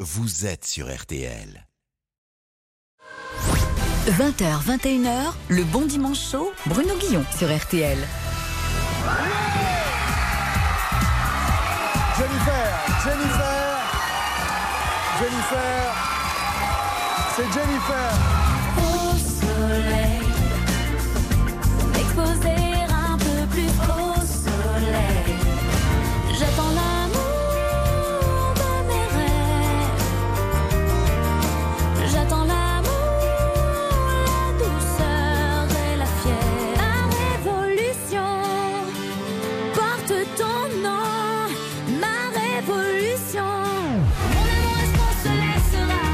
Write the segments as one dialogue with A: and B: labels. A: vous êtes sur RTL.
B: 20h, 21h, le bon dimanche chaud, Bruno Guillon sur RTL.
C: Jennifer, Jennifer, Jennifer, c'est Jennifer.
D: Au soleil, exposer un peu plus au soleil. J'attends l'amour de mes rêves. J'attends l'amour, la douceur et la fièvre. La révolution porte ton nom, ma révolution. Mon amour est-ce qu'on se laissera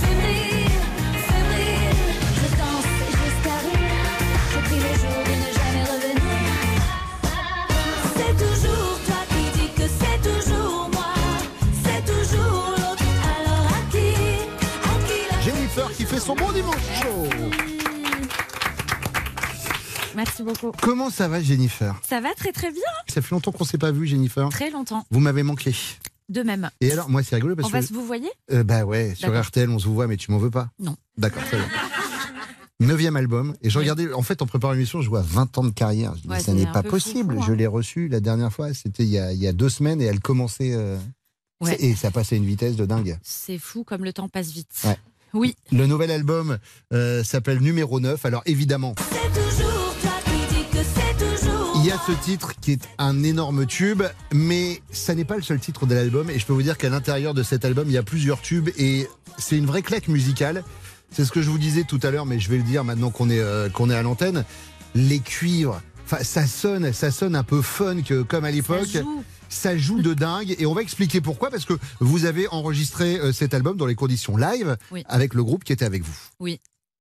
D: fébrile, fébrile. Je danse et je stérile, je prie le jour de ne jamais revenir. C'est toujours toi qui dis que c'est toujours moi, c'est toujours l'autre. Alors à qui, à qui la
C: Jennifer qui fait son bon dimanche chaud.
E: Merci beaucoup.
C: Comment ça va, Jennifer
E: Ça va très très bien,
C: Ça fait longtemps qu'on s'est pas vu, Jennifer.
E: très longtemps.
C: Vous m'avez manqué.
E: De même.
C: Et alors, moi, c'est rigolo parce
E: On va
C: que.
E: se vous voyez
C: Euh, bah ouais, sur
E: D'accord.
C: RTL, on se voit, mais tu m'en veux pas
E: Non.
C: D'accord, très bien. Neuvième album. Et je regardais, en fait, en préparant l'émission, je vois 20 ans de carrière. Je dis,
E: Ouais,
C: ça
E: c'est
C: n'est
E: un
C: pas
E: peu
C: possible.
E: fou, hein.
C: Je l'ai reçu la dernière fois, c'était il, y a- il y a deux semaines et elle commençait. euh,
E: Ouais.
C: c'est- Et ça passait une vitesse de dingue.
E: C'est fou comme le temps passe vite.
C: Ouais.
E: Oui,
C: Le nouvel album euh, s'appelle Numéro 9. Alors évidemment,
D: C'est toujours toi qui dis que c'est toujours
C: il y a ce titre qui est un énorme tube, mais ça n'est pas le seul titre de l'album. Et je peux vous dire qu'à l'intérieur de cet album, il y a plusieurs tubes et c'est une vraie claque musicale. C'est ce que je vous disais tout à l'heure, mais je vais le dire maintenant qu'on est, euh, qu'on est à l'antenne. Les cuivres, enfin, ça sonne, ça sonne un peu funk euh, comme à
E: ça
C: l'époque.
E: joue.
C: Ça joue de dingue et on va expliquer pourquoi parce que vous avez enregistré euh, cet album dans les conditions live
E: Oui.
C: avec le groupe qui était avec vous.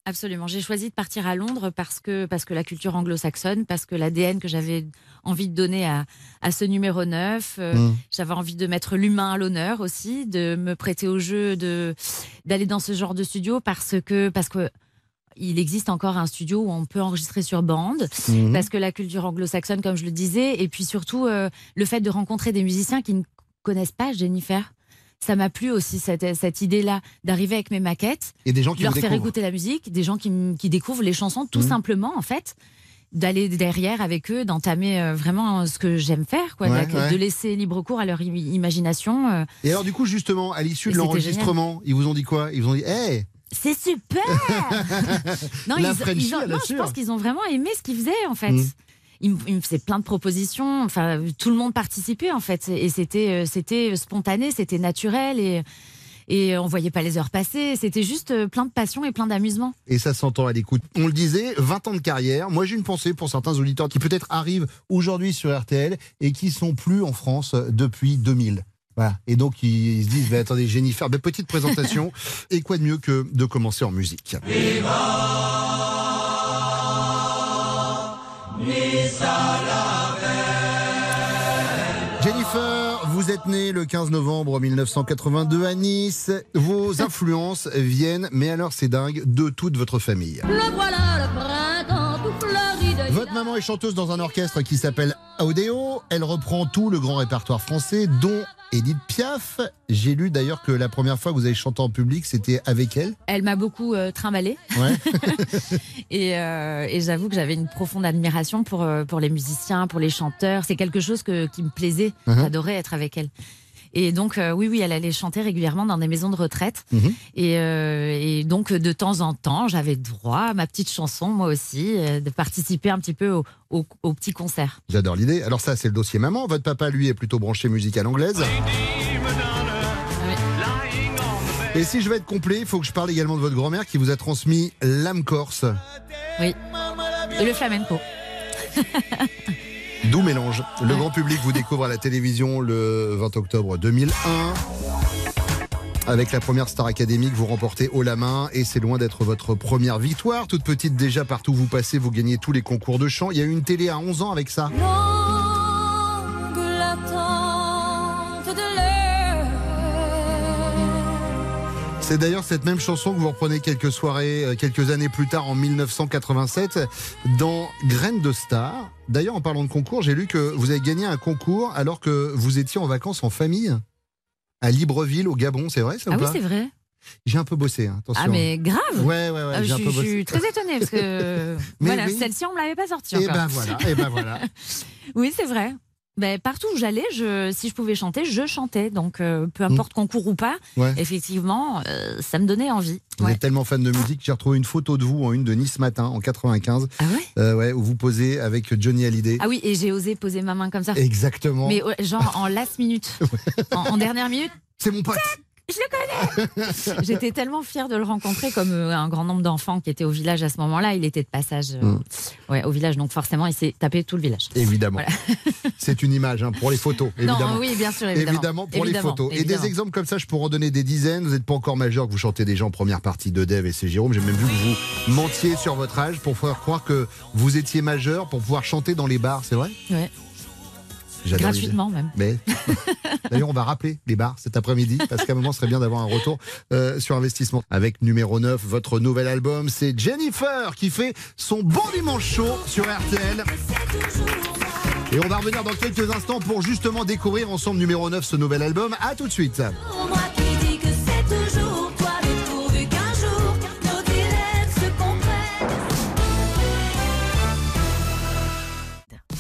E: Absolument. J'ai choisi de partir à Londres parce que, parce que la culture anglo-saxonne, parce que l'ADN que j'avais envie de donner à, à ce numéro 9, euh,
C: Mm.
E: j'avais envie de mettre l'humain à l'honneur aussi, de me prêter au jeu, de d'aller dans ce genre de studio parce que, parce que il existe encore un studio où on peut enregistrer sur bande.
C: Mhm.
E: parce que la culture anglo-saxonne, comme je le disais, et puis surtout euh, le fait de rencontrer des musiciens qui ne connaissent pas Jennifer. Ça m'a plu aussi cette, cette idée-là d'arriver avec mes maquettes,
C: Et des gens qui
E: leur
C: vous
E: faire
C: découvrent.
E: écouter la musique, des gens qui, m- qui découvrent les chansons tout
C: Mhm.
E: simplement en fait, d'aller derrière avec eux, d'entamer euh, vraiment euh, ce que j'aime faire, quoi,
C: Ouais,
E: de,
C: ouais.
E: de laisser libre cours à leur i- imagination. euh.
C: Et alors du coup justement à l'issue
E: Et
C: de
E: c'était
C: l'enregistrement, ils vous ont dit quoi Ils vous ont dit "Hey,
E: C'est super Non,
C: La
E: ils- ils,
C: Frenchie,
E: ont-
C: elle
E: non, je
C: assure.
E: pense qu'ils ont vraiment aimé ce qu'ils faisaient, en fait.
C: Mm.
E: Ils, me- ils me faisaient plein de propositions, enfin, tout le monde participait, en fait. Et c'était, euh, c'était spontané, c'était naturel, et, et on voyait pas les heures passer. C'était juste euh, plein de passion et plein d'amusement.
C: et ça s'entend à l'écoute. On le disait, 20 ans de carrière. Moi, j'ai une pensée pour certains auditeurs qui peut-être arrivent aujourd'hui sur RTL et qui sont plus en France depuis 2000. Voilà. Et donc, ils se disent, bah, attendez, Jennifer, bah, petite présentation. et quoi de mieux que de commencer en musique Jennifer, vous êtes née le 15 novembre 1982 à Nice. Vos influences viennent, mais alors c'est dingue, de toute votre famille.
D: Le voilà le printemps tout fleuri de
C: Votre maman est chanteuse dans un orchestre qui s'appelle Audéo. Elle reprend tout le grand répertoire français, dont Edith Piaf. J'ai lu d'ailleurs que la première fois que vous avez chanté en public, c'était avec elle.
E: Elle m'a beaucoup euh, trimballée.
C: Ouais.
E: Et, euh, et j'avoue que j'avais une profonde admiration pour, euh, pour les musiciens, pour les chanteurs. C'est quelque chose que, qui me plaisait.
C: Mhm.
E: J'adorais être avec elle. Et donc, euh, oui, oui, elle allait chanter régulièrement dans des maisons de retraite.
C: Mhm.
E: et, euh, et donc, de temps en temps, j'avais droit à ma petite chanson, moi aussi, euh, de participer un petit peu au, au, au petit concert.
C: J'adore l'idée. Alors ça, c'est le dossier maman. Votre papa, lui, est plutôt branché musicale anglaise. Et si je vais être complet, il faut que je parle également de votre grand-mère qui vous a transmis l'âme corse,
E: Et le flamenco.
C: d'où mélange. Le grand public vous découvre à la télévision le 20 octobre 2001. Avec la première Star Academy que vous remportez haut la main, et c'est loin d'être votre première victoire. Toute petite, déjà partout où vous passez, vous gagnez tous les concours de chant. Il y a eu une télé à 11 ans avec ça.
D: Longue l'attente de l'heure.
C: C'est d'ailleurs cette même chanson que vous reprenez quelques soirées, euh, quelques années plus tard, en 1987, dans Graines de Star. D'ailleurs, en parlant de concours, j'ai lu que vous avez gagné un concours alors que vous étiez en vacances en famille. à Libreville, au Gabon, c'est vrai ça
E: Ah
C: ou
E: oui,
C: pas
E: c'est vrai.
C: J'ai un peu bossé, hein, attention.
E: Ah, mais grave
C: Ouais, ouais, ouais,
E: Ah,
C: j'ai
E: je,
C: un peu
E: suis- je
C: bossé.
E: suis très étonnée parce que
C: Mais
E: voilà,
C: oui.
E: celle-ci, on ne l'avait pas sortie
C: Et
E: encore.
C: ben voilà, et ben voilà.
E: Oui, c'est vrai. Ben, partout où j'allais, je, si je pouvais chanter, je chantais. Donc, euh, peu importe concours ou pas,
C: Mm. Ouais.
E: effectivement, euh, ça me donnait envie.
C: Vous
E: Ouais.
C: êtes tellement fan de musique, j'ai retrouvé une photo de vous en une de Nice Matin en 95,
E: Ah ouais
C: euh, ouais, où vous posez avec Johnny Hallyday.
E: Ah oui, et j'ai osé poser ma main comme ça.
C: Exactement.
E: Mais ouais, genre en last minute, en, en dernière minute,
C: C'est mon pote.
E: j'étais tellement fière de le rencontrer comme euh, un grand nombre d'enfants qui étaient au village à ce moment-là. Il était de passage euh,
C: Mm.
E: ouais, au village, donc forcément, il s'est tapé tout le village.
C: Évidemment. C'est une image hein, pour les photos, évidemment.
E: Non, oui, bien sûr, évidemment.
C: Évidemment, pour les photos. Et des
E: évidemment.
C: exemples comme ça, je peux en donner des dizaines. Vous n'êtes pas encore majeur que vous chantez déjà en première partie de Dev et c'est Jérôme. J'ai même vu que vous mentiez sur votre âge pour faire croire que vous étiez majeur pour pouvoir chanter dans les bars, c'est vrai
E: Ouais.
C: J'adore l'idée.
E: Gratuitement, même.
C: Mais d'ailleurs, on va rappeler les bars cet après-midi parce qu'à un moment, ce serait bien d'avoir un retour euh, sur investissement. Avec numéro 9, votre nouvel album, c'est Jennifer qui fait son bon dimanche chaud sur RTL. Et on va revenir dans quelques instants pour justement découvrir ensemble numéro 9 ce nouvel album. À tout de suite.
D: Moi qui dis que c'est toujours toi, mais pourvu qu'un jour nos élèves se comprennent.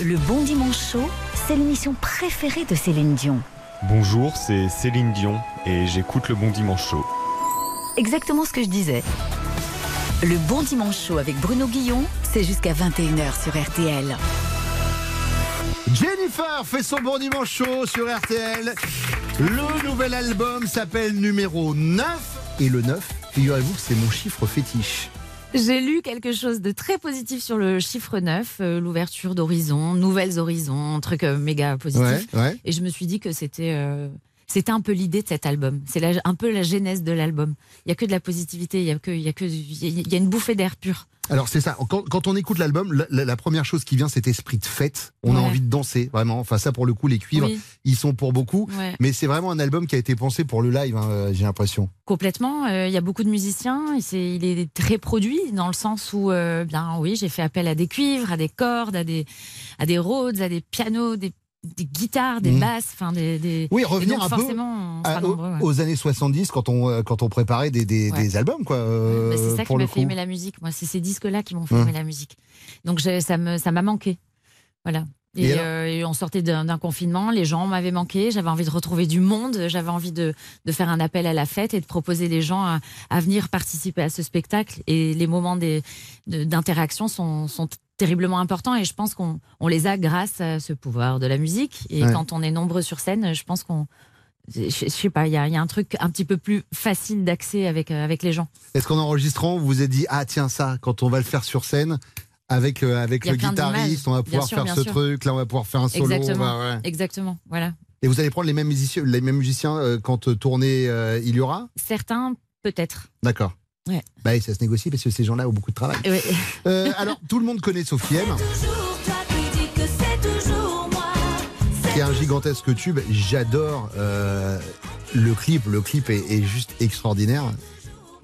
B: Le Bon Dimanche Show, c'est l'émission préférée de Céline Dion.
F: Bonjour, c'est Céline Dion et j'écoute le Bon Dimanche Show.
B: Exactement ce que je disais. Le Bon Dimanche Show avec Bruno Guillon, c'est jusqu'à 21h sur RTL.
C: Jennifer fait son bon dimanche chaud sur RTL. Le nouvel album s'appelle numéro 9. Et le 9, figurez-vous que c'est mon chiffre fétiche.
E: J'ai lu quelque chose de très positif sur le chiffre 9, euh, l'ouverture d'horizons, nouvelles horizons, un truc euh, méga positif.
C: ouais.
E: Et je me suis dit que c'était euh, c'était un peu l'idée de cet album. C'est la- un peu la genèse de l'album. Il y a que de la positivité, il y a que il y a que il y a une bouffée d'air pur.
C: Alors c'est ça, quand, quand on écoute l'album, la, la- la première chose qui vient, c'est esprit de fête. On a
E: Ouais.
C: envie de danser, vraiment. Enfin ça, pour le coup, les cuivres,
E: Oui,
C: ils sont pour beaucoup.
E: ouais.
C: Mais c'est vraiment un album qui a été pensé pour le live, hein, euh, j'ai l'impression.
E: Complètement. euh, il y a beaucoup de musiciens. et c'est- il est très produit dans le sens où, euh, bien oui, j'ai fait appel à des cuivres, à des cordes, à des à des Rhodes, à des pianos, des, des guitares, des
C: Mhm.
E: basses, enfin des, des-
C: Oui,
E: Et
C: revenir
E: donc,
C: un peu
E: forcément, on
C: à-
E: sera
C: aux,
E: nombreux, ouais.
C: Ah, aux années 70 quand on, euh, quand on préparait des, des,
E: Ouais.
C: des albums, quoi.
E: Ouais,
C: euh,
E: bah, c'est ça qui
C: pour le
E: m'a fait
C: coup.
E: aimer la musique. Moi, c'est ces disques-là qui m'ont fait
C: Hum.
E: aimer la musique. Donc j'ai- ça me ça m'a manqué. Voilà.
C: Et
E: Et,
C: alors
E: euh, et on sortait d'un d'un confinement, les gens m'avaient manqué, j'avais envie de retrouver du monde, j'avais envie de, de faire un appel à la fête et de proposer les gens à, à venir participer à ce spectacle. Et les moments des- de- d'interaction sont, sont terriblement importants et je pense qu'on on les a grâce à ce pouvoir de la musique. Et
C: Ouais.
E: quand on est nombreux sur scène, je pense qu'on... Je, je sais pas, il y a, il y a un truc un petit peu plus facile d'accès avec, euh, avec les gens.
C: Est-ce qu'en enregistrant, vous vous êtes dit, ah tiens, ça, quand on va le faire sur scène, avec, euh, avec
E: Il y a
C: le
E: plein d'images.
C: guitariste, on va
E: Bien
C: pouvoir
E: sûr,
C: faire
E: bien
C: ce
E: sûr.
C: truc, là, on va pouvoir faire un solo. on va-
E: Exactement.
C: ouais.
E: Exactement, voilà.
C: Et vous allez prendre les mêmes musiciens, les mêmes musiciens euh, quand euh, tournée euh, il y aura
E: Certains, peut-être.
C: D'accord.
E: Ouais.
C: Bah, oui, ça se négocie parce que ces gens-là ont beaucoup de travail.
E: Ouais.
C: Euh, alors, tout le monde connaît Sophie M,
D: Toujours toi qui dis que c'est toujours moi.
C: qui est
D: C'est
C: un gigantesque tube. J'adore euh, le clip. Le clip est, est juste extraordinaire.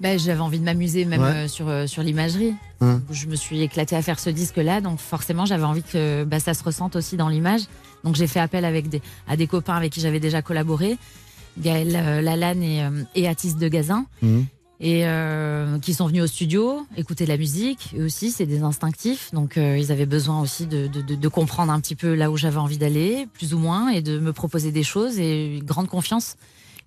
E: Bah, J'avais envie de m'amuser même
C: Ouais.
E: euh, sur, euh, sur l'imagerie.
C: Hein.
E: Je me suis éclatée à faire ce disque-là, donc forcément j'avais envie que bah, ça se ressente aussi dans l'image. Donc j'ai fait appel avec des, à des copains avec qui j'avais déjà collaboré, Gaël euh, Lalanne et, euh, et Atis de Gazin,
C: Mhm.
E: et, euh, qui sont venus au studio écouter de la musique. Eux aussi, c'est des instinctifs, donc euh, ils avaient besoin aussi de, de- de- de comprendre un petit peu là où j'avais envie d'aller, plus ou moins, et de me proposer des choses, et une grande confiance.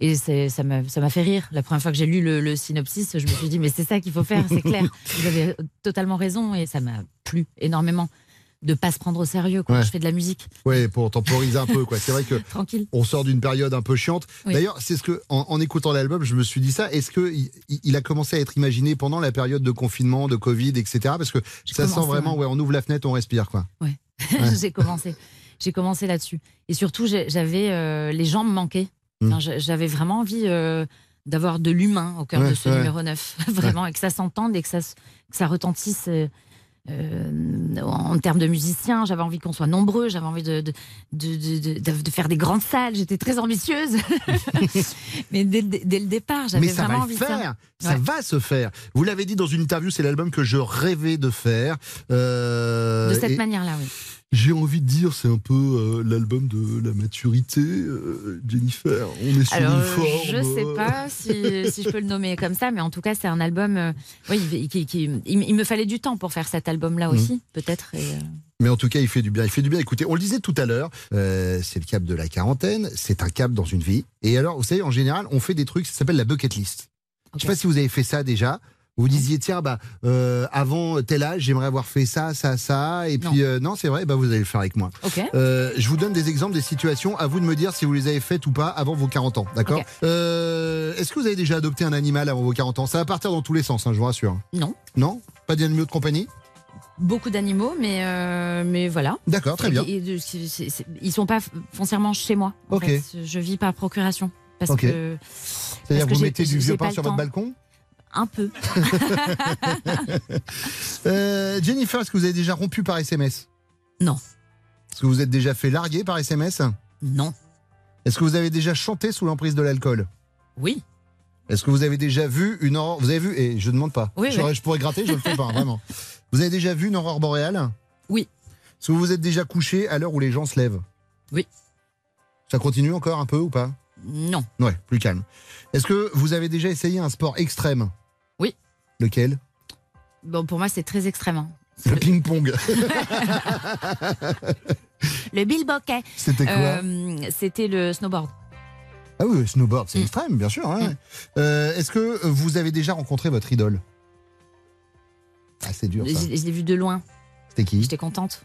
E: Et c'est- ça m'a ça m'a fait rire. La première fois que j'ai lu le, le synopsis, je me suis dit, mais c'est ça qu'il faut faire, c'est clair. Vous avez totalement raison et ça m'a plu énormément de pas se prendre au sérieux quand
C: Ouais.
E: je fais de la musique.
C: Ouais, pour temporiser un peu, quoi. C'est vrai que
E: Tranquille.
C: on sort d'une période un peu chiante.
E: Oui.
C: D'ailleurs, c'est ce que, en, en écoutant l'album, je me suis dit ça. Est-ce que il, il a commencé à être imaginé pendant la période de confinement, de Covid, etc. Parce que ça sent
E: commencé,
C: vraiment, ouais. on ouvre la fenêtre, on respire, quoi. Ouais.
E: j'ai commencé. J'ai commencé là-dessus. Et surtout, j'ai- j'avais euh, les gens me manquaient.
C: Mm.
E: Enfin, j'a- J'avais vraiment envie euh, d'avoir de l'humain au cœur
C: Ouais,
E: de ce
C: ouais.
E: numéro 9. vraiment, et que ça s'entende et que ça, se- que ça retentisse. euh, euh, en termes de musiciens, j'avais envie qu'on soit nombreux, j'avais envie de, de, de- de- de- de- de faire des grandes salles, j'étais très ambitieuse. Mais dès, le dé- dès le départ, j'avais
C: Mais ça
E: vraiment
C: va le
E: envie de ça.
C: faire, ça
E: Ouais.
C: va se faire. Vous l'avez dit dans une interview, c'est l'album que je rêvais de faire. Euh,
E: De cette
C: et
E: manière-là, oui.
G: J'ai envie de dire, c'est un peu euh, l'album de la maturité, euh, Jennifer. On est sur
E: Alors,
G: une forme.
E: je sais
G: euh,
E: pas si, si je peux le nommer comme ça, mais en tout cas, c'est un album. euh, oui, il- qui, qui- il, il me fallait du temps pour faire cet
C: Mm.
E: album-là aussi, peut-être. et, euh,
C: Mais en tout cas, il fait du bien. Il fait du bien. Écoutez, on le disait tout à l'heure, euh, c'est le cap de la quarantaine, c'est un cap dans une vie. Et alors, vous savez, en général, on fait des trucs, ça s'appelle la bucket list. Je sais
E: Ok.
C: pas si vous avez fait ça déjà. Vous disiez, tiens, bah, euh, avant tel âge, j'aimerais avoir fait ça, ça, ça. Et
E: Non.
C: puis, euh, non, c'est vrai, bah, vous allez le faire avec moi.
E: Ok.
C: Euh, je vous donne des exemples, des situations. À vous de me dire si vous les avez faites ou pas avant vos 40 ans. D'accord
E: Ok.
C: Euh, Est-ce que vous avez déjà adopté un animal avant vos 40 ans Ça va partir dans tous les sens, hein, je vous rassure.
E: Non.
C: Non Pas d'animaux de compagnie
E: Beaucoup d'animaux, mais, euh, mais voilà.
C: D'accord, très bien.
E: Et de- c'est- c'est- c'est- ils sont pas foncièrement chez moi. En
C: Ok.
E: fait. Je vis par procuration. Parce
C: Ok.
E: que.
C: C'est-à-dire
E: parce que
C: vous
E: j'ai-
C: mettez du
E: j'ai
C: vieux
E: pas
C: pain
E: le
C: sur votre
E: temps.
C: balcon
E: Un peu.
C: Euh, Jennifer, est-ce que vous avez déjà rompu par SMS
E: Non.
C: Est-ce que vous êtes déjà fait larguer par SMS
E: Non.
C: Est-ce que vous avez déjà chanté sous l'emprise de l'alcool
E: Oui.
C: Est-ce que vous avez déjà vu une aurore Vous avez vu Et je ne demande pas.
E: Oui,
C: J'aurais- Je pourrais gratter, je ne le fais pas, vraiment. Vous avez déjà vu une aurore boréale
E: Oui.
C: Est-ce que vous vous êtes déjà couché à l'heure où les gens se lèvent
E: Oui.
C: Ça continue encore un peu ou pas
E: Non.
C: Ouais, plus calme. Est-ce que vous avez déjà essayé un sport extrême
E: Oui.
C: Lequel
E: Bon, pour moi, c'est très extrême. hein.
C: Le ping-pong.
E: Le billboquet.
C: C'était quoi
E: Euh, C'était le snowboard.
C: Ah oui, le snowboard, c'est
E: Mm.
C: extrême, bien sûr. hein.
E: Mm.
C: Euh, Est-ce que vous avez déjà rencontré votre idole Ah, c'est dur,
E: Je,
C: ça.
E: je l'ai vu de loin.
C: C'était qui
E: J'étais contente.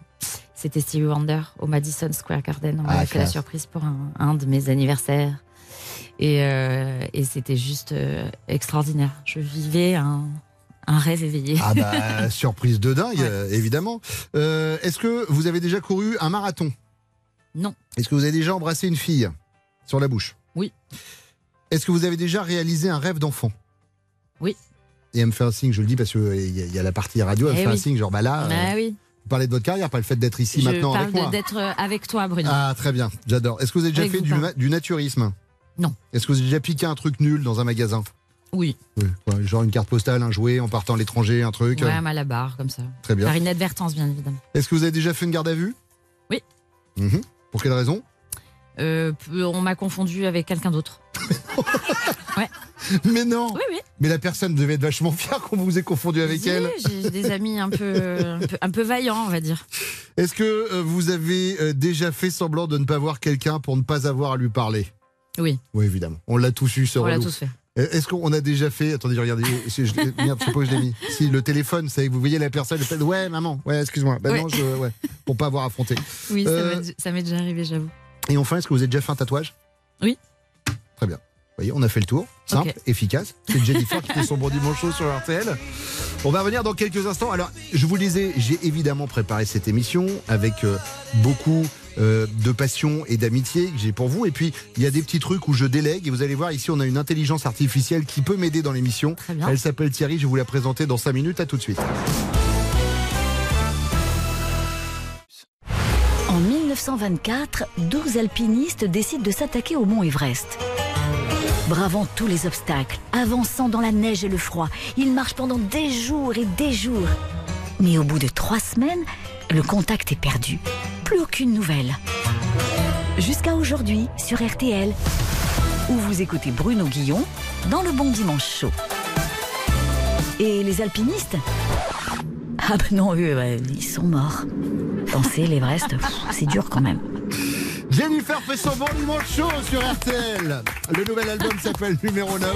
E: C'était Stevie Wonder au Madison Square Garden. On
C: Ah,
E: m'avait fait la
C: classe.
E: surprise pour un, un de mes anniversaires. Et, euh, et c'était juste euh, extraordinaire. Je vivais un, un rêve éveillé.
C: Ah bah, surprise de dingue,
E: Ouais.
C: euh, évidemment. Euh, Est-ce que vous avez déjà couru un marathon
E: Non.
C: Est-ce que vous avez déjà embrassé une fille sur la bouche
E: Oui.
C: Est-ce que vous avez déjà réalisé un rêve d'enfant
E: Oui.
C: Et elle me fait un signe, je le dis parce qu'il y, a- il y a la partie radio, elle me
E: Eh
C: fait un
E: oui.
C: signe, genre bah là, euh,
E: Ah oui,
C: vous parlez de votre carrière, pas le fait d'être ici
E: je
C: maintenant
E: parle
C: avec moi.
E: de- d'être euh, avec toi, Bruno.
C: Ah, très bien, j'adore. Est-ce que vous avez déjà
E: Avec
C: fait
E: vous,
C: du,
E: pardon.
C: na- du naturisme
E: Non.
C: Est-ce que vous avez déjà piqué un truc nul dans un magasin
E: oui,
C: Oui, quoi, Genre une carte postale, un jouet, en partant à l'étranger, un truc
E: ouais, mal à la barre, comme ça.
C: Très bien.
E: Par inadvertance, bien évidemment.
C: Est-ce que vous avez déjà fait une garde à vue
E: Oui.
C: Mhm. Pour quelle raison
E: Euh, on m'a confondu avec quelqu'un d'autre.
C: Mais non
E: Oui, oui.
C: Mais la personne devait être vachement fière qu'on vous ait confondu avec
E: Si,
C: elle.
E: J'ai j'ai des amis un peu, un peu, un peu vaillants, on va dire.
C: Est-ce que euh, vous avez euh, déjà fait semblant de ne pas voir quelqu'un pour ne pas avoir à lui parler
E: Oui.
C: Oui, évidemment. On l'a tous eu, ce
E: On l'a
C: relou.
E: tous fait.
C: Euh, Est-ce qu'on a déjà fait. Attendez, regardez. Je, je, merde, je sais pas où je l'ai mis. Si, le téléphone, c'est vous voyez la personne, elle fait Ouais, maman, ouais, excuse-moi. Ben
E: Ouais.
C: non, je. Ouais, pour pas avoir affronté.
E: Oui, ça
C: Euh,
E: m'est- ça m'est déjà arrivé, j'avoue.
C: Et enfin, est-ce que vous avez déjà fait un tatouage
E: Oui.
C: Très bien. Vous voyez, on a fait le tour. Simple,
E: Ok.
C: efficace. C'est Jennifer qui fait son bon dimanche chaud sur RTL. On va revenir dans quelques instants. Alors, je vous le disais, j'ai évidemment préparé cette émission avec euh, beaucoup euh, de passion et d'amitié que j'ai pour vous. Et puis, il y a des petits trucs où je délègue. Et vous allez voir, ici, on a une intelligence artificielle qui peut m'aider dans l'émission.
E: Très bien.
C: Elle s'appelle Thierry. Je vais vous la présenter dans 5 minutes. À tout de suite.
B: En 1924, 12 alpinistes décident de s'attaquer au mont Everest. Bravant tous les obstacles, avançant dans la neige et le froid, ils marchent pendant des jours et des jours. Mais au bout de trois semaines, le contact est perdu. Plus aucune nouvelle. Jusqu'à aujourd'hui, sur RTL, où vous écoutez Bruno Guillon dans le Bon Dimanche Chaud. Et les alpinistes Ah ben non, eux, ouais, ils sont morts. Pensez, l'Everest, pff, c'est dur quand même.
C: Jennifer fait son bon dimanche chaud sur RTL. Le nouvel album s'appelle Numéro 9.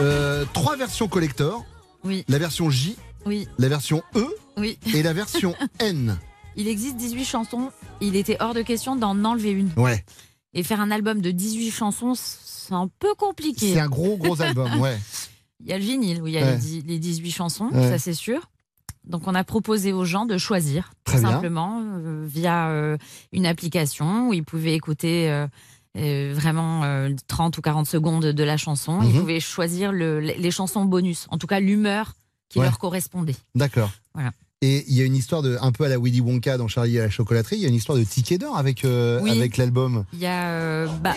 C: Euh, trois versions collector.
E: Oui,
C: La version J,
E: oui,
C: la version E
E: oui.
C: et la version N.
E: Il existe 18 chansons. Il était hors de question d'en enlever une.
C: Ouais.
E: Et faire un album de 18 chansons, c'est un peu
C: C'est
E: compliqué.
C: un gros gros album, ouais.
E: Il y a le vinyle où il y a
C: Ouais.
E: les, dix- les 18 chansons,
C: Ouais.
E: ça c'est sûr. Donc on a proposé aux gens de choisir,
C: Très
E: tout
C: bien.
E: simplement, euh, via euh, une application où ils pouvaient écouter euh, euh, vraiment euh, 30 ou 40 secondes de la chanson. Ils
C: Mhm.
E: pouvaient choisir le- les les chansons bonus, en tout cas l'humeur qui
C: Ouais.
E: leur correspondait.
C: D'accord.
E: Voilà.
C: Et il y a une histoire de, un peu à la Willy Wonka dans Charlie et la chocolaterie, il y a une histoire de ticket d'or avec, euh,
E: Oui.
C: avec l'album.
E: Il y a, euh, bah,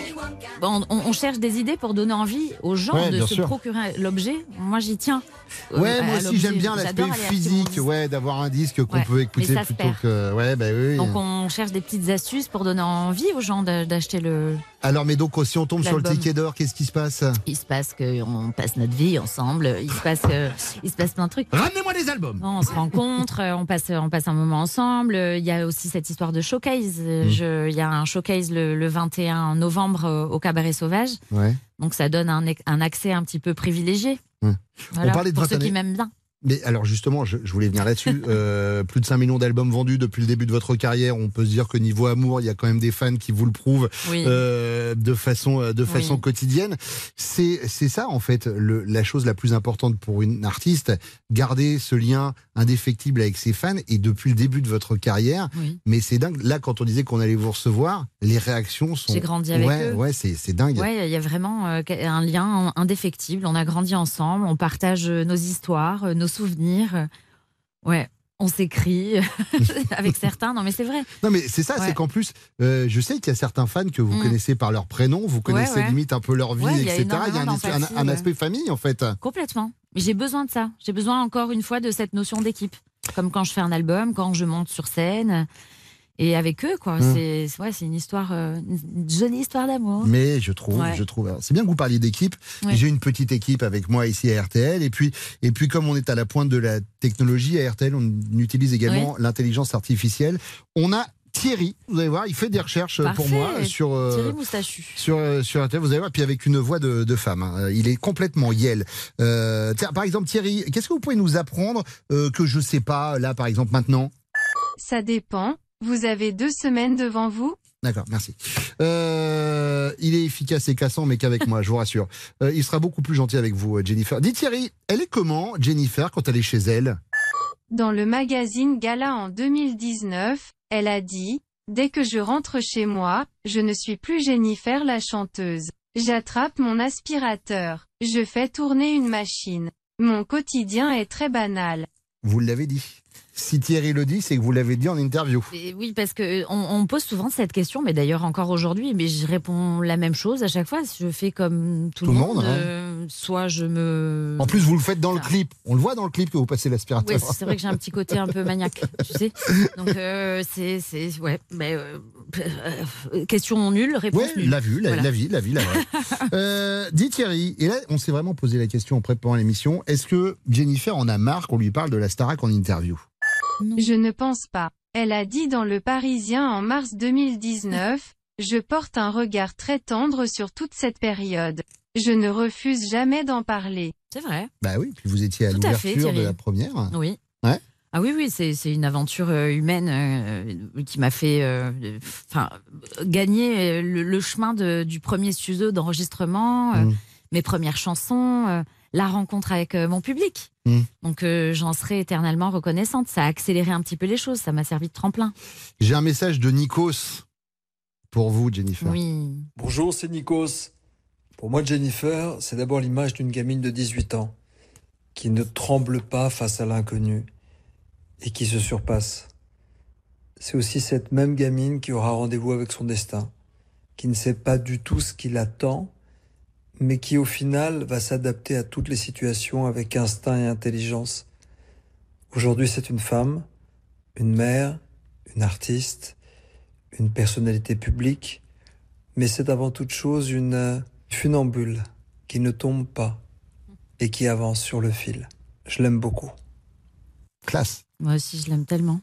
E: on, on- on cherche des idées pour donner envie aux gens
C: Ouais,
E: de
C: bien
E: se
C: sûr.
E: procurer l'objet. Moi, j'y tiens. Euh,
C: Ouais,
E: à
C: moi aussi
E: l'objet.
C: j'aime bien l'aspect
E: J'adore aller à
C: physique,
E: Timon
C: ouais, d'avoir un disque qu'on
E: Ouais,
C: peut écouter
E: mais ça se
C: plutôt
E: perd.
C: que. Ouais, bah oui.
E: Disney. Donc, on cherche des petites astuces pour donner envie aux gens d'a- d'acheter le.
C: Alors, mais donc, si on tombe sur le
E: L'album.
C: ticket d'or, qu'est-ce qui se passe
E: Il se passe qu'on passe notre vie ensemble. Il se passe, euh, il se passe plein de trucs.
A: Ramenez-moi des albums
E: Non, on se rencontre, euh, on passe, on passe un moment ensemble. Euh, Il y a aussi cette histoire de showcase. Euh,
C: Mm.
E: je- Il y a un showcase le, le 21 novembre euh, au Cabaret Sauvage.
C: Ouais.
E: Donc ça donne un, ex- un accès un petit peu privilégié.
C: Ouais.
E: Voilà,
C: Hmm. On parlait de
E: pour
C: 20
E: ceux
C: années.
E: qui m'aiment bien.
C: Mais alors justement, je, je voulais venir là-dessus. Euh, plus de 5 millions d'albums vendus depuis le début de votre carrière. On peut se dire que niveau amour, il y a quand même des fans qui vous le prouvent
E: Oui.
C: euh, de façon, euh, de
E: Oui.
C: façon quotidienne. C'est c'est ça, en fait, le- la chose la plus importante pour une artiste. Garder ce lien indéfectible avec ses fans. Et depuis le début de votre carrière,
E: oui.
C: mais c'est dingue. Là, quand on disait qu'on allait vous recevoir, les réactions sont...
E: J'ai grandi avec
C: ouais,
E: eux.
C: Ouais, c'est c'est dingue.
E: Ouais, il y a vraiment euh, un lien indéfectible. On a grandi ensemble, on partage euh, nos histoires, euh, nos souvenirs. Euh, Ouais, on s'écrit avec certains. Non, mais c'est vrai.
C: Non mais c'est ça,
E: Ouais.
C: c'est qu'en plus, euh, je sais qu'il y a certains fans que vous
E: Mm.
C: connaissez par leur prénom, vous connaissez
E: ouais.
C: limite un peu leur vie,
E: Ouais, il y a
C: etc. Il y a un,
E: énormément
C: un-
E: d'empathie,
C: un
E: ouais.
C: aspect famille en fait.
E: Complètement. Mais J'ai besoin de ça. J'ai besoin encore une fois de cette notion d'équipe. Comme quand je fais un album, quand je monte sur scène. Et avec eux, quoi.
C: Hum.
E: C'est ouais, c'est une histoire, euh, une jolie histoire d'amour.
C: Mais je trouve,
E: Ouais.
C: je trouve. alors, C'est bien que vous parliez d'équipe.
E: Ouais.
C: J'ai une petite équipe avec moi ici à RTL, et puis et puis comme on est à la pointe de la technologie à RTL, on utilise également l'intelligence artificielle. On a Thierry, vous allez voir, il fait des recherches euh, pour
E: Parfait.
C: moi sur. euh,
E: Thierry Moustachu.
C: sur, euh, sur Internet, vous allez voir, puis avec une voix de, de femme. hein. Il est complètement yel. Euh, tiens, par exemple, Thierry, qu'est-ce que vous pouvez nous apprendre euh, que je sais pas, là, par exemple, maintenant
H: Ça dépend. Vous avez deux semaines devant vous.
C: D'accord, merci. Euh, il est efficace et cassant, mais qu'avec moi, je vous rassure. Euh, il sera beaucoup plus gentil avec vous, euh, Jennifer. Dites Thierry, elle est comment, Jennifer, quand elle est chez elle
H: Dans le magazine Gala en 2019, elle a dit, Dès que je rentre chez moi, je ne suis plus Jennifer la chanteuse. J'attrape mon aspirateur. Je fais tourner une machine. Mon quotidien est très banal.
C: Vous l'avez dit. Si Thierry le dit, c'est que vous l'avez dit en interview.
E: Et oui, parce que euh, on, on me pose souvent cette question, mais d'ailleurs encore aujourd'hui, mais je réponds la même chose à chaque fois. Je fais comme tout,
C: Tout le monde, hein.
E: euh, soit je me.
C: En plus, vous le faites dans le
E: Ah.
C: clip. On le voit dans le clip que vous passez
E: Ouais,
C: l'aspirateur.
E: c'est vrai que j'ai un petit côté un peu maniaque, tu sais. Donc euh, c'est c'est ouais, mais euh, euh, question nulle, réponse
C: Ouais,
E: nulle.
C: la vue, la,
E: Voilà.
C: la vie, la vie, la vraie. euh, dit Thierry, et là, on s'est vraiment posé la question en préparant l'émission est-ce que Jennifer en a marre qu'on lui parle de la Starac en interview
H: Je ne pense pas. Elle a dit dans Le Parisien en mars 2019, Je porte un regard très tendre sur toute cette période. Je ne refuse jamais d'en parler.
E: C'est vrai.
C: Bah oui, puis vous étiez à
E: Tout à fait,
C: l'ouverture de
E: Thierry.
C: la première.
E: Oui.
C: Ouais.
E: Ah oui, oui, c'est c'est une aventure euh, humaine euh, qui m'a fait euh, euh, enfin, gagner euh, le, le chemin de- du premier studio d'enregistrement, euh,
C: Mm.
E: mes premières chansons, euh, la rencontre avec euh, mon public.
C: Mm.
E: Donc euh, j'en serai éternellement reconnaissante. Ça a accéléré un petit peu les choses, ça m'a servi de tremplin.
C: J'ai un message de Nikos pour vous, Jennifer.
E: Oui.
I: Bonjour, c'est Nikos. Pour moi, Jennifer, c'est d'abord l'image d'une gamine de 18 ans qui ne tremble pas face à l'inconnu et qui se surpasse. C'est aussi cette même gamine qui aura rendez-vous avec son destin, qui ne sait pas du tout ce qui l'attend, mais qui au final va s'adapter à toutes les situations avec instinct et intelligence. Aujourd'hui, c'est une femme, une mère, une artiste, une personnalité publique, mais c'est avant toute chose une euh, funambule qui ne tombe pas et qui avance sur le fil. Je l'aime beaucoup.
C: Classe.
E: Moi aussi, je l'aime tellement.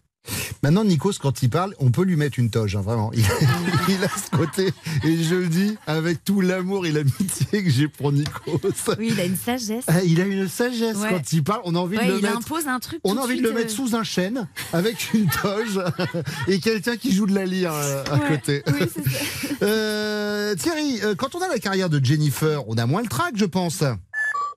C: Maintenant, Nikos, quand il parle, on peut lui mettre une toge, hein, vraiment. Il, il a ce côté, et je le dis avec tout l'amour et l'amitié que j'ai pour Nikos.
E: Oui, il a une sagesse.
C: Ah, Il a une sagesse
E: Ouais.
C: quand il parle, on a envie
E: Ouais,
C: de le
E: il
C: mettre.
E: impose un truc.
C: On
E: tout
C: a envie de le
E: suite,
C: mettre
E: euh,
C: sous un chêne, avec une toge, et quelqu'un qui joue de la lyre euh, à
E: Ouais.
C: côté.
E: Oui, c'est ça.
C: Euh, Thierry, euh, quand on a la carrière de Jennifer, on a moins le trac, je pense.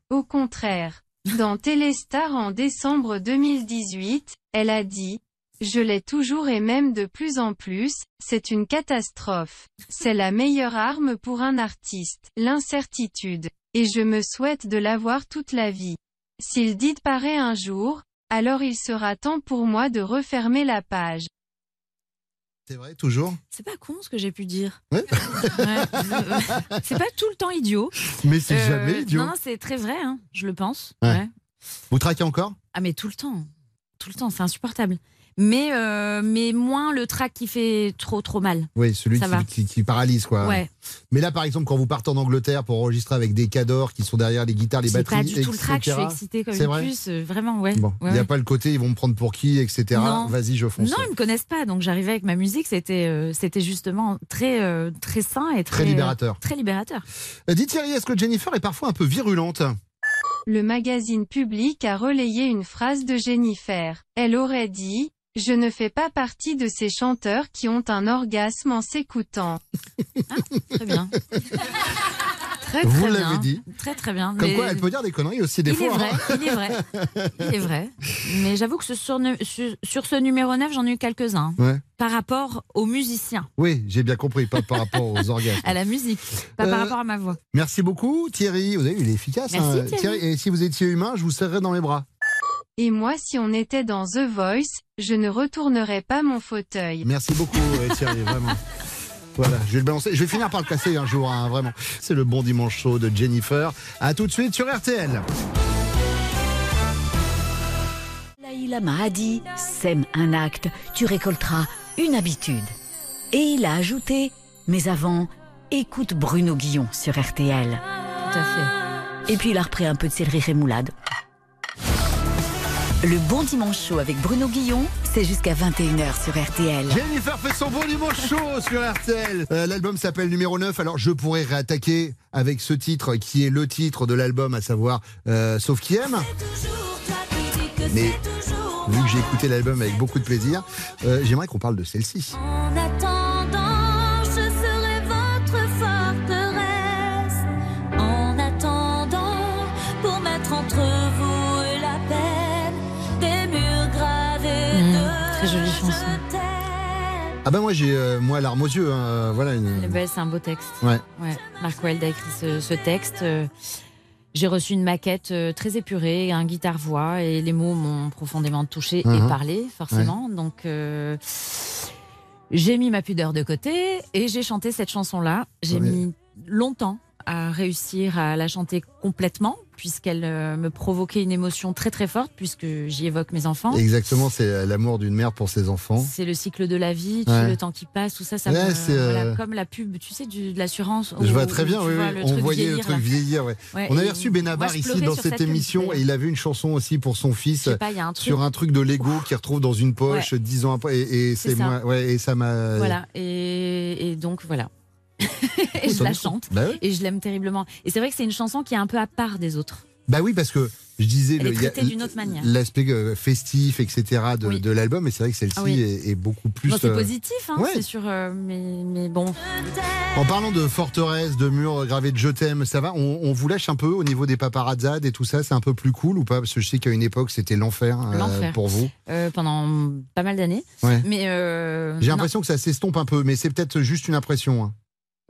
H: Au contraire, dans Téléstar en décembre 2018, elle a dit Je l'ai toujours et même de plus en plus, c'est une catastrophe. C'est la meilleure arme pour un artiste, l'incertitude. Et je me souhaite de l'avoir toute la vie. S'il disparaît un jour, alors il sera temps pour moi de refermer la page.
C: C'est vrai, toujours
E: C'est pas con ce que j'ai pu dire.
C: Ouais.
E: Ouais. c'est pas tout le temps idiot.
C: Mais c'est
E: Euh,
C: jamais idiot.
E: Non, c'est très vrai, hein, je le pense.
C: Ouais.
E: Ouais.
C: Vous traquez encore
E: Ah mais tout le temps, tout le temps, c'est insupportable. Mais, euh, mais moins le trac qui fait trop trop mal.
C: Oui, celui
E: Ça va.
C: qui, qui- qui paralyse, quoi.
E: ouais,
C: Mais là, par exemple, quand vous partez en Angleterre pour enregistrer avec des cadors qui sont derrière les guitares, les
E: c'est
C: batteries,
E: pas du tout le trac, je suis
C: etc.
E: excitée comme
C: C'est
E: une
C: vrai
E: puce, euh, vraiment, ouais.
C: Bon, il
E: Ouais,
C: n'y a
E: ouais.
C: pas le côté, ils vont me prendre pour qui, etc.
E: Non.
C: Vas-y, je fonce.
E: Non, ils me connaissent pas, donc j'arrivais avec ma musique, c'était euh, c'était justement très euh, très sain et très
C: Très libérateur.
E: très libérateur.
C: Euh, Dites Thierry, est-ce que Jennifer est parfois un peu virulente
H: Le magazine public a relayé une phrase de Jennifer. Elle aurait dit, je ne fais pas partie de ces chanteurs qui ont un orgasme en s'écoutant.
E: Très bien. très, très
C: Vous
E: bien.
C: l'avez dit.
E: Très très bien.
C: Comme
E: mais-
C: quoi, elle peut dire des conneries aussi des
E: il
C: fois.
E: est vrai,
C: hein.
E: il est vrai, il est vrai. Mais j'avoue que ce surnu- sur, sur ce numéro 9, j'en ai eu quelques-uns. hein.
C: Ouais.
E: Par rapport aux musiciens,
C: Oui, j'ai bien compris, pas par rapport aux orgasmes.
E: à la musique, pas
C: Euh,
E: par rapport à ma voix.
C: Merci beaucoup Thierry, vous avez vu, il est efficace. hein.
E: Merci, Thierry.
C: Et si vous étiez humain, je vous serrais dans les bras.
H: Et moi si on était dans The Voice, je ne retournerais pas mon fauteuil.
C: Merci beaucoup euh, Thierry, vraiment. Voilà, je vais le balancer. Je vais finir par le casser un jour, hein, vraiment. C'est le bon dimanche chaud de Jennifer. À tout de suite sur RTL.
B: Dalai Lama a dit Sème un acte, tu récolteras une habitude. Et il a ajouté Mais avant, écoute Bruno Guillon sur RTL.
E: Tout à fait.
B: Et puis il a repris un peu de céleri rémoulade. Le bon dimanche chaud avec Bruno Guillon, c'est jusqu'à 21h sur RTL.
C: Jennifer fait son bon dimanche chaud sur RTL. Euh, l'album s'appelle numéro 9. Alors je pourrais réattaquer avec ce titre qui est le titre de l'album, à savoir euh, Sauf qui aime. Mais vu que j'ai écouté l'album avec beaucoup de plaisir, euh, j'aimerais qu'on parle de celle-ci.
D: En attendant, je serai votre forteresse. En attendant, pour mettre entre vous et la peine des murs gravés
E: Mmh,
D: de
E: très jolie
D: je
E: chanson.
D: t'aime.
C: Ah ben moi j'ai euh, moi larmes aux yeux. hein, voilà une.
E: Eh ben, c'est un beau texte.
C: Ouais.
E: Marc Weld a écrit ce, ce texte. Euh, J'ai reçu une maquette euh, très épurée, un guitare-voix, et les mots m'ont profondément touché
C: Mhm.
E: et parlé, forcément. Donc, euh, j'ai mis ma pudeur de côté et j'ai chanté cette chanson-là. J'ai
C: Ouais.
E: mis longtemps à réussir à la chanter complètement, puisqu'elle euh, me provoquait une émotion très très forte, puisque j'y évoque mes enfants.
C: Exactement, c'est euh, l'amour d'une mère pour ses enfants.
E: C'est le cycle de la vie, tu
C: Ouais.
E: sais, le temps qui passe, tout ça, ça
C: Ouais,
E: me-
C: c'est, euh,
E: voilà, comme la pub, tu sais, du- de l'assurance.
C: Je
E: où-
C: vois très
E: où
C: bien,
E: Oh, tu
C: oui,
E: vois
C: oui,
E: le
C: on
E: truc
C: voyait le
E: vieillir,
C: truc
E: là.
C: vieillir. ouais.
E: Ouais,
C: On
E: et
C: avait reçu
E: moi,
C: Benabar
E: je
C: ici
E: pleurais
C: dans
E: sur
C: cette
E: pub,
C: émission et
E: d'ailleurs.
C: il avait une chanson aussi pour son
E: Je
C: fils
E: sais pas, il y a un truc.
C: sur un truc de Lego qu'il retrouve dans une poche dix ans après et, et
E: C'est
C: c'est
E: ça.
C: moi ouais et ça m'a
E: Voilà, et, et donc voilà. et je
C: Bah
E: la
C: oui.
E: chante.
C: Bah, ouais.
E: Et je l'aime terriblement. Et c'est vrai que c'est une chanson qui est un peu à part des autres.
C: Bah oui parce que je disais
E: Elle
C: le-
E: est
C: il y a
E: traitée d'une autre manière.
C: l'aspect euh, festif etc de,
E: Oui.
C: de l'album et c'est vrai que celle-ci
E: Ah oui.
C: est, est beaucoup plus
E: Bon, c'est
C: euh,
E: positif, hein,
C: ouais.
E: c'est sûr. euh, mais, mais bon,
C: en parlant de forteresse de murs gravés de je t'aime ça va on, on vous lâche un peu au niveau des paparazzades et tout ça c'est un peu plus cool ou pas parce que je sais qu'à une époque c'était l'enfer euh,
E: L'enfer.
C: pour vous
E: euh, pendant pas mal d'années.
C: Ouais.
E: Mais euh,
C: j'ai
E: non.
C: l'impression que ça s'estompe un peu mais c'est peut-être juste une impression hein.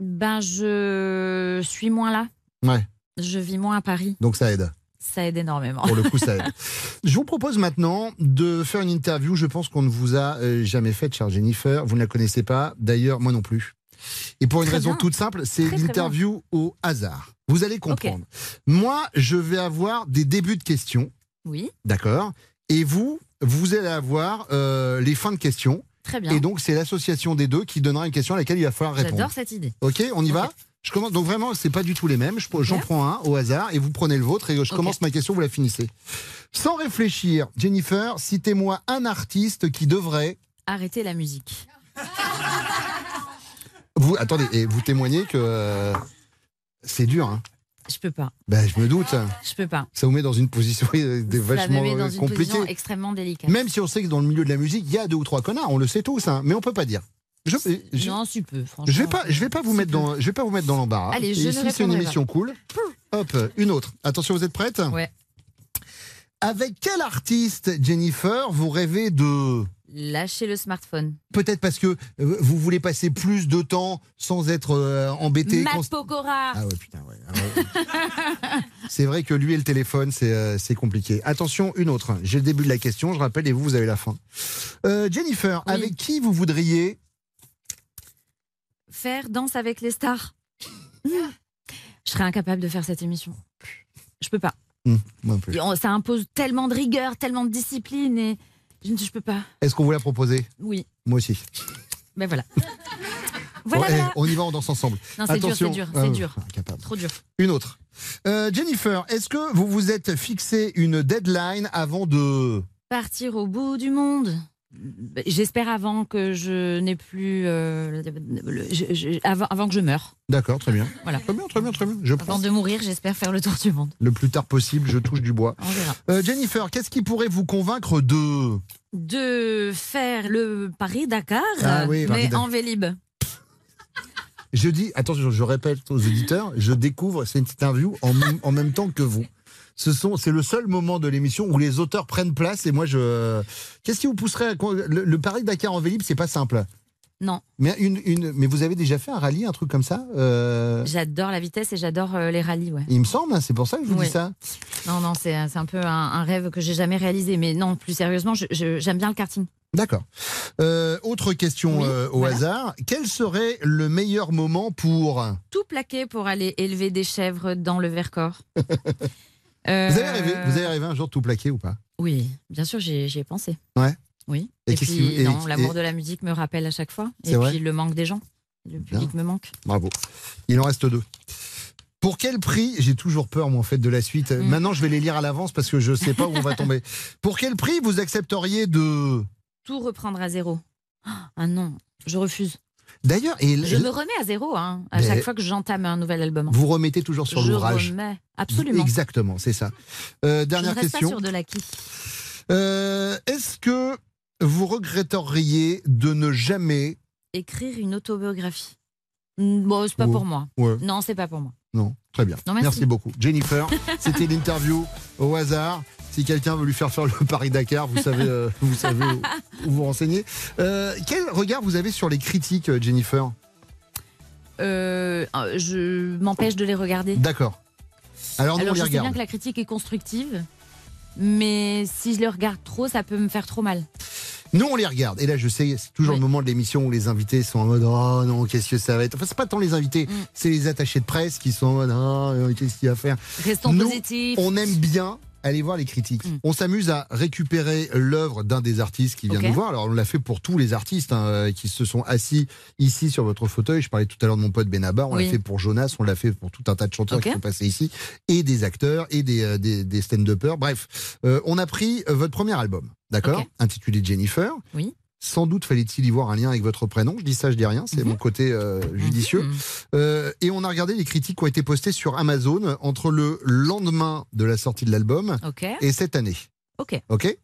E: ben je suis moins là.
C: Ouais.
E: Je vis moins à Paris.
C: donc ça aide
E: Ça aide énormément.
C: Pour le coup, ça aide. Je vous propose maintenant de faire une interview. Je pense qu'on ne vous a euh, jamais faite, chère Jennifer. Vous ne la connaissez pas. D'ailleurs, moi non plus. Et pour une
E: Très
C: raison
E: bien.
C: toute simple, c'est
E: Très, très
C: l'interview au hasard. Vous allez comprendre. Moi, je vais avoir des débuts de questions,
E: Oui,
C: d'accord Et vous, vous allez avoir euh, les fins de questions.
E: très bien.
C: Et donc, c'est l'association des deux qui donnera une question à laquelle il va falloir répondre.
E: J'adore cette idée.
C: Ok, on y va
E: Ok.
C: je commence, donc vraiment, c'est pas du tout les mêmes. Je- J'en
E: Ok.
C: prends un au hasard et vous prenez le vôtre et je
E: Ok.
C: commence ma question, vous la finissez. Sans réfléchir, Jennifer, citez-moi un artiste qui devrait.
E: Arrêtez la musique.
C: Vous attendez et vous témoignez que euh, c'est dur. Hein.
E: Je peux pas.
C: Ben, je me doute.
E: Je peux pas.
C: Ça vous met dans une position euh, des
E: Ça me
C: vachement
E: met dans
C: euh,
E: une
C: compliquée.
E: position extrêmement délicate.
C: Même si on sait que dans le milieu de la musique, il y a deux ou trois connards, on le sait tous, hein, mais on peut pas dire. Je, je,
E: Non, tu peux, franchement.
C: je vais pas, je vais pas vous
E: Si
C: mettre
E: peu.
C: dans, je vais pas vous mettre dans l'embarras.
E: Allez, je
C: Et
E: ne
C: Ici, c'est une
E: répondrai pas.
C: émission cool. Hop, une autre. Attention, vous êtes prête
E: Ouais.
C: Avec quel artiste, Jennifer, vous rêvez de
E: lâchez le smartphone.
C: Peut-être parce que euh, vous voulez passer plus de temps sans être euh, embêté.
E: Matt
C: const-
E: Pokora
C: Ah ouais, putain, ouais. Ah ouais. c'est vrai que lui et le téléphone, c'est euh, c'est compliqué. Attention, une autre. J'ai le début de la question, je rappelle, et vous, vous avez la fin. Euh, Jennifer,
E: Oui.
C: avec qui vous voudriez
E: Faire danse avec les stars. Je serais incapable de faire cette émission. Je peux pas.
C: Hum, moi un peu.
E: Et on- Ça impose tellement de rigueur, tellement de discipline et je, ne- je peux pas.
C: Est-ce qu'on vous l'a proposé
E: Oui,
C: Moi aussi.
E: ben voilà.
C: Bon,
E: voilà,
C: eh,
E: voilà.
C: on y va, on danse ensemble.
E: Non, c'est dur, c'est
C: Attention.
E: dur,
C: Ah
E: c'est
C: ouais,
E: dur.
C: incapable.
E: Trop dur.
C: Une autre. Euh, Jennifer, est-ce que vous vous êtes fixé une deadline avant de...
E: Partir au bout du monde. Ben, J'espère avant que je n'ai plus. euh, le- le- je- je- avant, avant que je meure.
C: D'accord, très bien.
E: Voilà.
C: Très bien, très bien, très bien. Je prends
E: Avant de mourir, j'espère faire le tour du monde.
C: le plus tard possible, je touche du bois.
E: On verra.
C: Euh, Jennifer, qu'est-ce qui pourrait vous convaincre de...
E: de faire le Paris-Dakar,
C: Ah oui,
E: mais
C: Paris-Dakar.
E: en Vélib.
C: Je dis, attention, je répète aux auditeurs, je découvre cette interview en, m- en même temps que vous. Ce sont, c'est le seul moment de l'émission où les auteurs prennent place et moi je. Qu'est-ce qui vous pousserait à con- le, le Paris Dakar en vélib, c'est pas simple.
E: Non,
C: Mais une, une, mais vous avez déjà fait un rallye, un truc comme ça Euh,
E: j'adore la vitesse et j'adore euh, les rallyes. Ouais.
C: Il me semble, hein, c'est pour ça que je vous
E: Oui.
C: dis ça.
E: Non, non, c'est c'est un peu un, un rêve que j'ai jamais réalisé. Mais non, plus sérieusement, je- je- j'aime bien le karting.
C: D'accord. Euh, autre question
E: Oui,
C: euh, au
E: voilà. Euh,
C: hasard. Quel serait le meilleur moment pour
E: Tout plaqué pour aller élever des chèvres dans le Vercors. Euh,
C: Vous avez rêvé Vous avez rêvé un jour de tout plaqué ou pas
E: Oui, bien sûr, j'y ai j'y ai pensé.
C: Ouais.
E: Oui.
C: Et
E: Et,
C: qu'est-ce
E: puis,
C: qui vous- et-
E: non, l'amour
C: et-
E: de la musique me rappelle à chaque fois.
C: C'est
E: Et
C: vrai
E: puis le manque des gens. Le public me manque.
C: Bravo. Il en reste deux. Pour quel prix J'ai toujours peur, moi, en fait, de la suite.
E: Mm.
C: Maintenant, je vais les lire à l'avance parce que je ne sais pas où on va tomber. Pour quel prix vous accepteriez de.
E: Tout reprendre à zéro. Ah non, je refuse.
C: D'ailleurs, et
E: Je me remets à zéro hein, à
C: Mais-
E: chaque fois que j'entame un nouvel album.
C: vous remettez toujours sur
E: je
C: l'ouvrage.
E: remets, absolument.
C: Exactement, c'est ça. Euh, dernière
E: je ne reste
C: question.
E: pas sur de l'acquis.
C: Euh, Est-ce que vous regretteriez de ne jamais.
E: Écrire une autobiographie. Mm, Bon, c'est pas
C: Ouais.
E: pour moi.
C: Ouais.
E: Non, c'est pas pour moi.
C: Non, très bien.
E: Non,
C: merci.
E: merci.
C: beaucoup. Jennifer, c'était l'interview au hasard. Si quelqu'un veut lui faire faire le Paris-Dakar, vous savez, euh, vous savez où vous renseigner. Euh, quel regard vous avez sur les critiques, euh, Jennifer
E: Euh, euh, je m'empêche de les regarder.
C: D'accord. Alors nous,
E: Alors,
C: on les
E: je sais bien
C: regarde.
E: que la critique est constructive, mais si je les regarde trop, ça peut me faire trop mal.
C: Nous, on les regarde. Et là, je sais, c'est toujours
E: Oui.
C: le moment de l'émission où les invités sont en mode Oh non, qu'est-ce que ça va être Enfin, c'est pas tant les invités,
E: Mm.
C: c'est les attachés de presse qui sont en mode Ah, euh, qu'est-ce qu'il y a à faire
E: Restons
C: Nous,
E: positifs.
C: on aime bien aller voir les critiques.
E: Mm.
C: On s'amuse à récupérer l'œuvre d'un des artistes qui vient
E: Ok.
C: nous voir. Alors, on l'a fait pour tous les artistes hein, euh, qui se sont assis ici sur votre fauteuil. Je parlais tout à l'heure de mon pote Benabar. On
E: Oui.
C: l'a fait pour Jonas. On l'a fait pour tout un tas de chanteurs
E: Ok.
C: qui sont passés ici. Et des acteurs et des, euh, des, des stand-uppers. Bref, Euh, on a pris euh, votre premier album, d'accord
E: Ok.
C: Intitulé Jennifer.
E: Oui.
C: Sans doute fallait-il y voir un lien avec votre prénom. Je dis ça, je dis rien. C'est
E: Mhm.
C: mon côté euh, judicieux.
E: Mhm.
C: Euh, et on a regardé les critiques qui ont été postées sur Amazon entre le lendemain de la sortie de l'album
E: Ok,
C: et cette année.
E: ok.
C: OK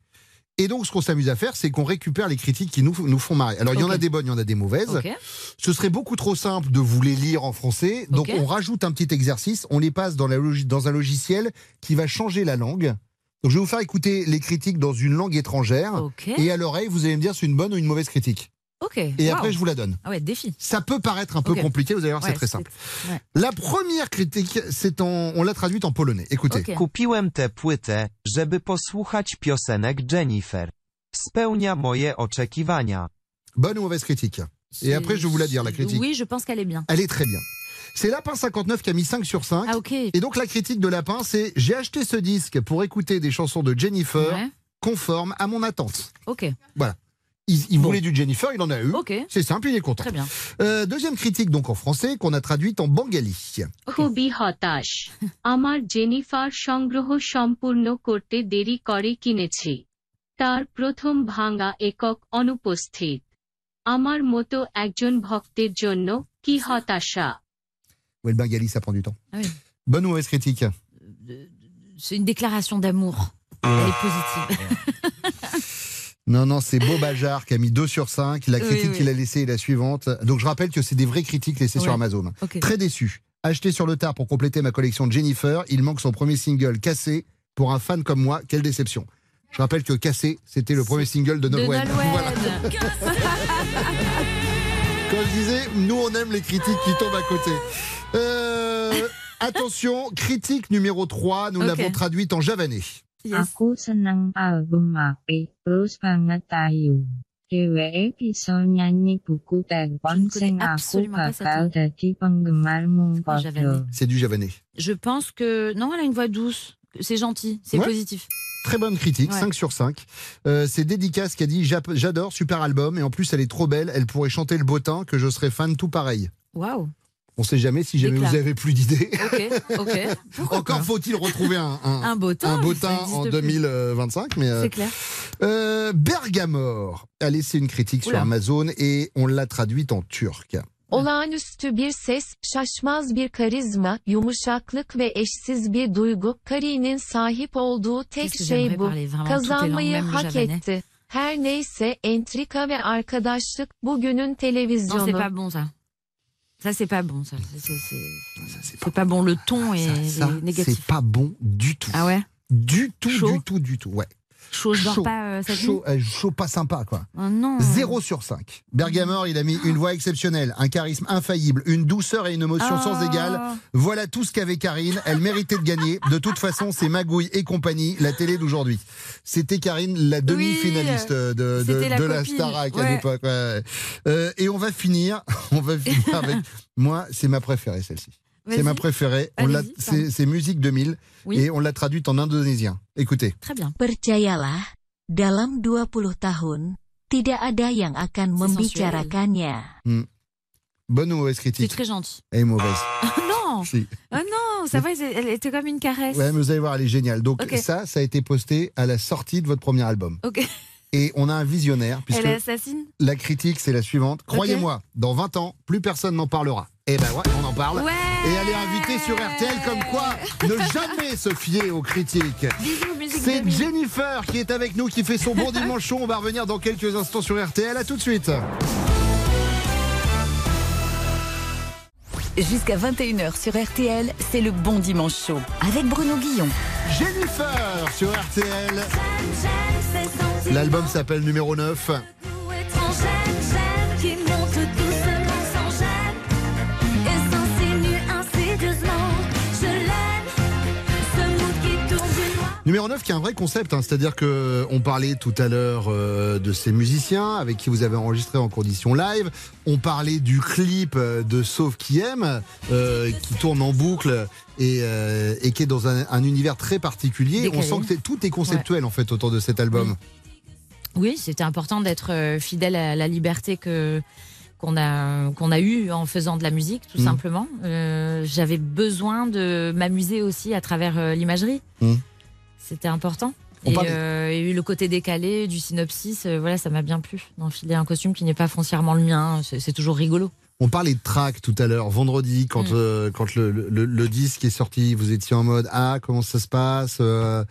C: Et donc, ce qu'on s'amuse à faire, c'est qu'on récupère les critiques qui nous, nous font marrer. Alors, il y en
E: Ok.
C: a des bonnes, il y en a des mauvaises.
E: ok. Ce
C: Ce serait beaucoup trop simple de vous les lire en français. Donc,
E: Ok.
C: on rajoute un petit exercice. On les passe dans, la logi- dans un logiciel qui va changer la langue. Donc, je vais vous faire écouter les critiques dans une langue étrangère.
E: Ok.
C: Ah. Et à l'oreille, vous allez me dire c'est une bonne ou une mauvaise critique.
E: ok.
C: Et
E: Wow.
C: après, je vous la donne.
E: Ah ouais, défi.
C: Ça peut paraître un peu
E: Ok.
C: compliqué, vous allez voir, c'est
E: Ouais,
C: très simple.
E: c'est- ouais.
C: La première critique, c'est en, on l'a traduite en polonais. Écoutez.
E: Ok.
J: Kupiłem tę płytę, żeby posłuchać piosenek Jennifer. Spełnia moje oczekiwania.
C: Bonne ou mauvaise critique Et après, je vais vous la dire, la critique.
E: Oui, je pense qu'elle est bien.
C: Elle est très bien. C'est Lapin59 qui a mis 5 sur 5.
E: Ah, ok.
C: Et donc, la critique de Lapin, c'est J'ai acheté ce disque pour écouter des chansons de Jennifer
E: Ouais.
C: conformes à mon attente.
E: Ok,
C: Il, il
I: Bon.
C: voulait du Jennifer, il en a eu.
E: ok.
C: C'est simple, il est content.
E: Très bien.
C: Euh, deuxième critique, donc en français, qu'on a traduite en bengali.
K: খুবই হতাশ আমার জেনিফার সংগ্রহ সম্পূর্ণ করতে দেরি করে কিনেছি তার প্রথম ভাঙা একক অনুপস্থিত আমার মতো একজন ভক্তের জন্য কি হতাশা
C: Ouais, le bengali, ça prend du temps.
E: Ah oui.
C: Bonne ou mauvaise critique
E: Euh, C'est une déclaration d'amour. Elle est positive.
C: Non, non, c'est Bob Ajar qui a mis 2 sur 5. La
E: Oui,
C: critique
E: oui.
C: qu'il a laissée est la suivante. Donc, je rappelle que c'est des vraies critiques laissées sur
E: Ouais.
C: Amazon.
E: Ok.
C: Ah. Très déçu. Acheté sur le tard pour compléter ma collection de Jennifer, il manque son premier single cassé. Pour un fan comme moi, quelle déception. Je rappelle que Cassé, c'était le premier single de Nolwenn. Voilà. Comme je disais, nous on aime les critiques qui tombent à côté. Euh, attention, critique numéro 3, nous
L: Ok.
C: l'avons traduite en javanais.
L: Aku seneng album apik, terus banget ayu. Dheweke bisa nyanyi buku telepon sing aku
E: absolument pas cette
L: bakal dadi penggemar mung
E: javanais.
L: padha.
C: C'est du javanais.
E: Je pense que. Non, elle a une voix douce. C'est gentil, c'est
C: Ouais.
E: positif.
C: Très bonne critique,
E: Ouais.
C: 5 sur 5. Euh, c'est Dédicace qui a dit J'ap- J'adore, super album, et en plus elle est trop belle, elle pourrait chanter le beau teint, que je serais fan tout pareil.
E: Waouh.
C: On sait jamais si jamais
E: Éclat.
C: vous avez plus d'idées.
E: Ok, ok.
C: Encore faut-il retrouver un,
E: Un beau teint, mais ça n'existe
C: en
E: plus.
C: 2025. Mais, euh,
E: C'est clair.
C: euh, Bergamor a laissé une critique sur
M: Oula.
C: Amazon et on l'a traduite en turc.
M: Olağanüstü bir ses, şaşmaz bir karizma, yumuşaklık ve eşsiz bir duygu. Kari'nin sahip olduğu tek
E: Keşke
M: şey
E: Cemre
M: bu.
E: parley, vraiment,
M: Kazanmayı
E: tutelan,
M: hak
E: memnun
M: etti. Her neyse entrika ve arkadaşlık bugünün
E: Non,
M: televizyonu.
E: c'est pas bon ça. Ça, c'est pas bon ça. C'est- c'est- c'est- C'est pas bon. Le ton est,
C: Ça,
E: est négatif.
C: c'est pas bon du tout.
E: Ah ouais
C: Du tout, du tout, du tout. Ouais.
E: Chaud, je dors pas euh, cette
C: chaud,
E: nuit.
C: euh, chaud, pas sympa, quoi.
E: Oh non.
C: 0 sur 5. Bergamor, il a mis une voix exceptionnelle, un charisme infaillible, une douceur et une émotion sans
E: Ah.
C: égale. Voilà tout ce qu'avait Karine. Elle méritait de gagner. De toute façon, c'est Magouille et compagnie, la télé d'aujourd'hui. C'était Karine, la demi-finaliste euh, de, de-
E: c'était la
C: de la
E: copine.
C: Starac à
E: Ouais.
C: l'époque. ouais, ouais. Euh, et on va finir, on va finir avec. Moi, c'est ma préférée, celle-ci. C'est
E: Vas-y.
C: ma préférée. On l'a-
E: Allez-y,
C: C'est c'est Musique 2000
B: Oui.
C: et on l'a traduite en indonésien. Écoutez.
E: Très bien.
B: Percayalah, dalam 20 tahun, tidak ada yang akan membicarakannya.
C: Hmm. Bonne ou mauvaise
E: C'est
C: critique
E: très gentil.
C: Et mauvaise.
E: Ah non
C: Si.
E: Ah non, ça va, elle était comme une caresse.
C: Ouais, mais vous allez voir, elle est géniale. Donc
E: Ok.
C: ça, ça a été posté à la sortie de votre premier album.
E: Ok.
C: Et on a un visionnaire, puisque
E: Elle est assassine
C: la critique, c'est la suivante. Croyez-moi, dans 20 ans, plus personne n'en parlera. Eh ben ouais, on en parle.
E: Ouais.
C: Et elle est invitée sur RTL, comme quoi ne jamais se fier aux critiques.
E: Bisous, musique
C: C'est
E: 2000.
C: Jennifer qui est avec nous, qui fait son bon dimanchon. On va revenir dans quelques instants sur RTL. À tout de suite.
B: Jusqu'à 21h sur RTL, c'est le bon dimanche chaud avec Bruno Guillon.
C: Jennifer sur RTL. L'album s'appelle numéro 9.
D: Qui monte doucement sans gêne Et s'insinue insidieusement Je l'aime Ce monde qui tourne du noir
C: Numéro 9 qui a un vrai concept, hein. c'est-à-dire que on parlait tout à l'heure euh, de ces musiciens avec qui vous avez enregistré en condition live, on parlait du clip euh, de Sauve qui aime euh, qui tourne en boucle et, euh, et qui est dans un, un univers très particulier.
E: Décalé.
C: On sent que c'est- tout est conceptuel en fait autour de cet album.
E: Oui, c'était important d'être euh, fidèle à la liberté que qu'on a qu'on a eue en faisant de la musique, tout
C: Mhm.
E: simplement. Euh, J'avais besoin de m'amuser aussi à travers euh, l'imagerie.
C: Mhm.
E: C'était important.
C: On
E: Et,
C: parlait-
E: euh, et le côté décalé du synopsis, euh, voilà, ça m'a bien plu. D'enfiler un costume qui n'est pas foncièrement le mien, c'est c'est toujours rigolo.
C: On parlait de track tout à l'heure, vendredi, quand, euh, quand le, le- le disque est sorti, vous étiez en mode Ah, comment ça se passe Euh,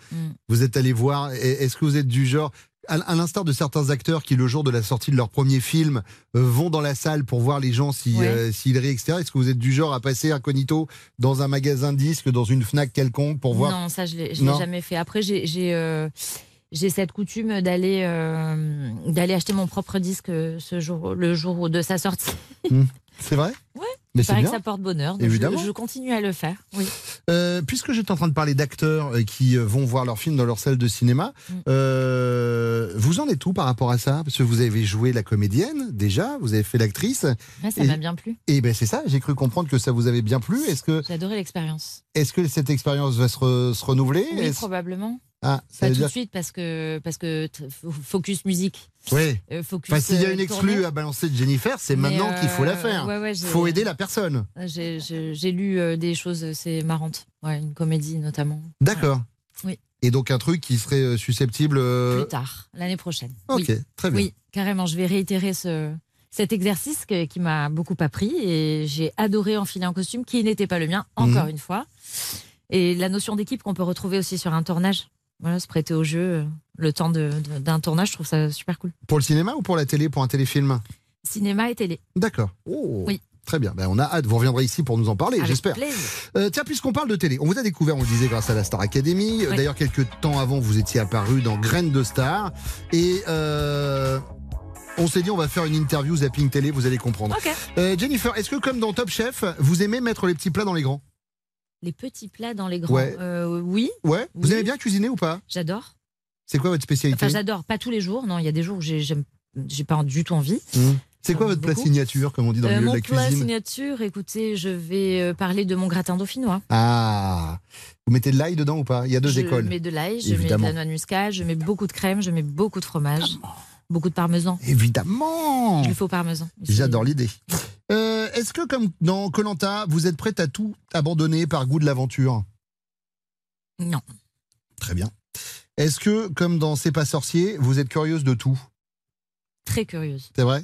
C: Vous êtes allé voir. Et Est-ce que vous êtes du genre, à, à l'instar de certains acteurs qui, le jour de la sortie de leur premier film, euh, vont dans la salle pour voir les gens s'ils si,
E: Ouais.
C: euh, s'ils rient, etc. Est-ce que vous êtes du genre à passer incognito dans un magasin de disques, dans une Fnac quelconque pour voir
E: Mm. Non, ça, je l'ai je l'ai
C: Non.
E: jamais fait. Après, j'ai j'ai, euh, j'ai cette coutume d'aller euh, d'aller acheter mon propre disque euh, ce jour, le jour de sa sortie.
C: C'est vrai
E: Ouais.
C: Mais
E: Il
C: c'est
E: paraît
C: bien.
E: que ça porte bonheur. donc
C: Évidemment.
E: Je, je continue à le faire. Oui.
C: Euh, puisque j'étais en train de parler d'acteurs euh, qui euh, vont voir leurs films dans leur salle de cinéma,
E: Mm.
C: euh, vous en êtes où par rapport à ça Parce que vous avez joué la comédienne déjà, vous avez fait l'actrice.
E: Ouais, ça
C: Et-
E: m'a bien plu.
C: Et ben c'est ça, j'ai cru comprendre que ça vous avait bien plu. Est-ce que,
E: J'ai adoré l'expérience.
C: est-ce que cette expérience va se, re- se renouveler
E: Oui,
C: Est-ce-
E: probablement.
C: Ah, ça
E: Pas
C: veut
E: tout de
C: dire.
E: suite parce que parce que t- fo- focus musique.
C: Oui.
E: Euh, focus.
C: Enfin, s'il y a
E: euh,
C: une
E: tournée.
C: exclue à balancer de Jennifer, c'est
E: Mais,
C: maintenant qu'il faut la
E: euh,
C: faire.
E: ouais, ouais, j'ai-
C: faut aider la personne.
E: J'ai- J'ai j'ai lu euh, des choses, c'est marrantes. Ouais, une comédie notamment.
C: D'accord.
E: Oui.
C: Et donc un truc qui serait euh, susceptible. euh,
E: Plus tard, l'année prochaine.
C: Ok,
E: Oui.
C: très Ah, bien.
E: Oui, carrément. Je vais réitérer ce, cet exercice que- qui m'a beaucoup appris et j'ai adoré enfiler un costume qui n'était pas le mien, encore
N: Mhm.
E: une fois. Et la notion d'équipe qu'on peut retrouver aussi sur un tournage. Voilà, se prêter au jeu euh, le temps de- de- d'un tournage, je trouve ça super cool.
C: Pour le cinéma ou pour la télé, pour un téléfilm
E: Cinéma et télé.
C: D'accord. Oh.
E: Oui.
C: Très bien. Ben, on a hâte. Vous reviendrez ici pour nous en parler,
N: Avec
C: j'espère.
N: plaisir.
C: Euh, tiens, puisqu'on parle de télé, on vous a découvert, on le disait, grâce à la Star Academy. Euh,
N: Oui.
C: D'ailleurs, quelques temps avant, vous étiez apparu dans Graines de Star. Et euh, on s'est dit, on va faire une interview zapping télé, vous allez comprendre. Euh, Jennifer, est-ce que comme dans Top Chef, vous aimez mettre les petits plats dans les grands
E: Les petits plats dans les grands.
C: Ouais.
E: Euh, oui,
C: Ouais Vous aimez bien cuisiner ou pas
E: j'adore.
C: C'est quoi votre spécialité
E: Enfin, j'adore. Pas tous les jours. Non, il y a des jours où j'ai- j'aime- j'ai pas du tout envie.
C: Hmm. C'est quoi votre plat
E: Beaucoup.
C: signature, comme on dit dans le
E: Euh,
C: milieu
E: mon
C: de la
E: plat
C: cuisine
E: signature, écoutez, je vais euh, parler de mon gratin dauphinois.
C: Ah Vous mettez de l'ail dedans ou pas Il y a deux
E: je
C: écoles.
E: mets de l'ail, je
C: Évidemment.
E: mets de la noix de muscade, je mets beaucoup de crème, je mets beaucoup de fromage, beaucoup de parmesan.
C: Évidemment
E: Je le fais au parmesan.
C: J'adore l'idée. Euh, Est-ce que, comme dans Colanta, vous êtes prête à tout abandonner par goût de l'aventure
E: Non.
C: Très bien. Est-ce que, comme dans C'est pas sorcier, vous êtes curieuse de tout
E: Très curieuse.
C: C'est vrai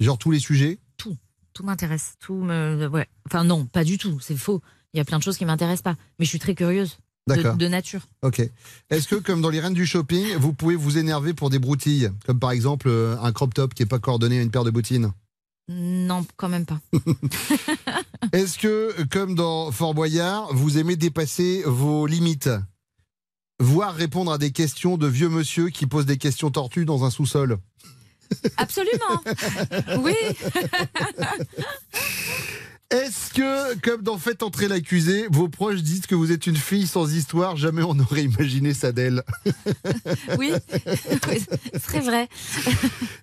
C: Genre tous les sujets
E: Tout. Tout m'intéresse. Tout me. Ouais. Enfin, non, pas du tout. C'est faux. Il y a plein de choses qui m'intéressent pas. Mais je suis très curieuse. de-
C: D'accord.
E: de nature.
C: Ok. Est-ce que, comme dans les reines du shopping, vous pouvez vous énerver pour des broutilles Comme par exemple euh, un crop top qui n'est pas coordonné à une paire de bottines
E: Non, quand même pas.
C: Est-ce que, comme dans Fort Boyard, vous aimez dépasser vos limites Voire répondre à des questions de vieux monsieur qui posent des questions tortues dans un sous-sol
E: Absolument. oui.
C: Est-ce que, comme dans Faites entrer l'accusé, vos proches disent que vous êtes une fille sans histoire Jamais on n'aurait imaginé ça d'elle.
E: Oui, Oui, c'est très vrai.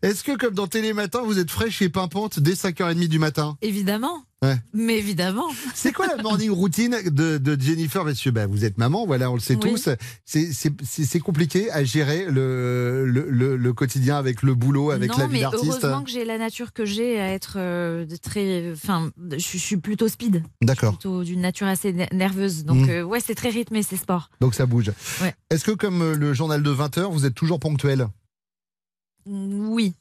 C: Est-ce que, comme dans Télématin, vous êtes fraîche et pimpante dès 5h30 du matin
E: Évidemment.
C: Ouais.
E: Mais évidemment.
C: C'est quoi la morning routine de, de Jennifer Monsieur, bah, vous êtes maman, voilà, on le sait
E: Oui.
C: tous. C'est- C'est c'est- c'est compliqué à gérer le, le, le- le quotidien avec le boulot, avec
E: non,
C: la vie
E: mais
C: d'artiste.
E: heureusement que j'ai la nature que j'ai à être euh, de très. Enfin, je je suis plutôt speed,
C: D'accord.
E: plutôt d'une nature assez ner- nerveuse. Donc,
C: Mm.
E: euh, ouais, c'est très rythmé, c'est sport.
C: Donc ça bouge.
E: Ouais.
C: Est-ce que comme euh, le journal de 20h, vous êtes toujours ponctuel
E: Mm, Oui.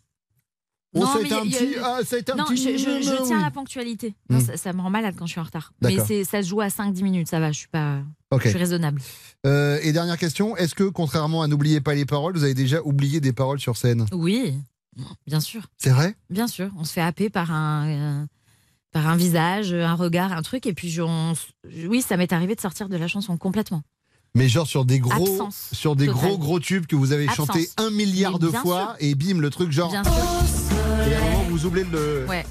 C: Oh, ça a été
E: y
C: un
E: y
C: petit-
E: eu-
C: ah, ça a été un
E: non,
C: petit-
E: je, je- je
C: non,
E: tiens
C: oui.
E: à la ponctualité. Non,
C: Mm.
E: ça, ça me rend malade quand je suis en retard. Mais
C: D'accord.
E: c'est- ça se joue à 5-10 minutes, ça va, je suis pas.
C: Ok.
E: Je suis raisonnable.
C: Euh, Et dernière question, est-ce que contrairement à N'oubliez pas les paroles, vous avez déjà oublié des paroles sur scène
E: Oui, bien sûr.
C: C'est vrai
E: Bien sûr, on se fait happer par un, euh, par un visage, un regard, un truc. Et puis, je- on s- oui, ça m'est arrivé de sortir de la chanson complètement.
C: Mais genre sur des gros,
E: Absence
C: sur des
E: totale.
C: gros gros tubes que vous avez
E: Absence.
C: chanté un milliard
E: Mais
C: de
E: bien
C: fois et bim le truc genre.
E: Bien sûr.
C: Et à un moment, vous oubliez le.
E: Ouais.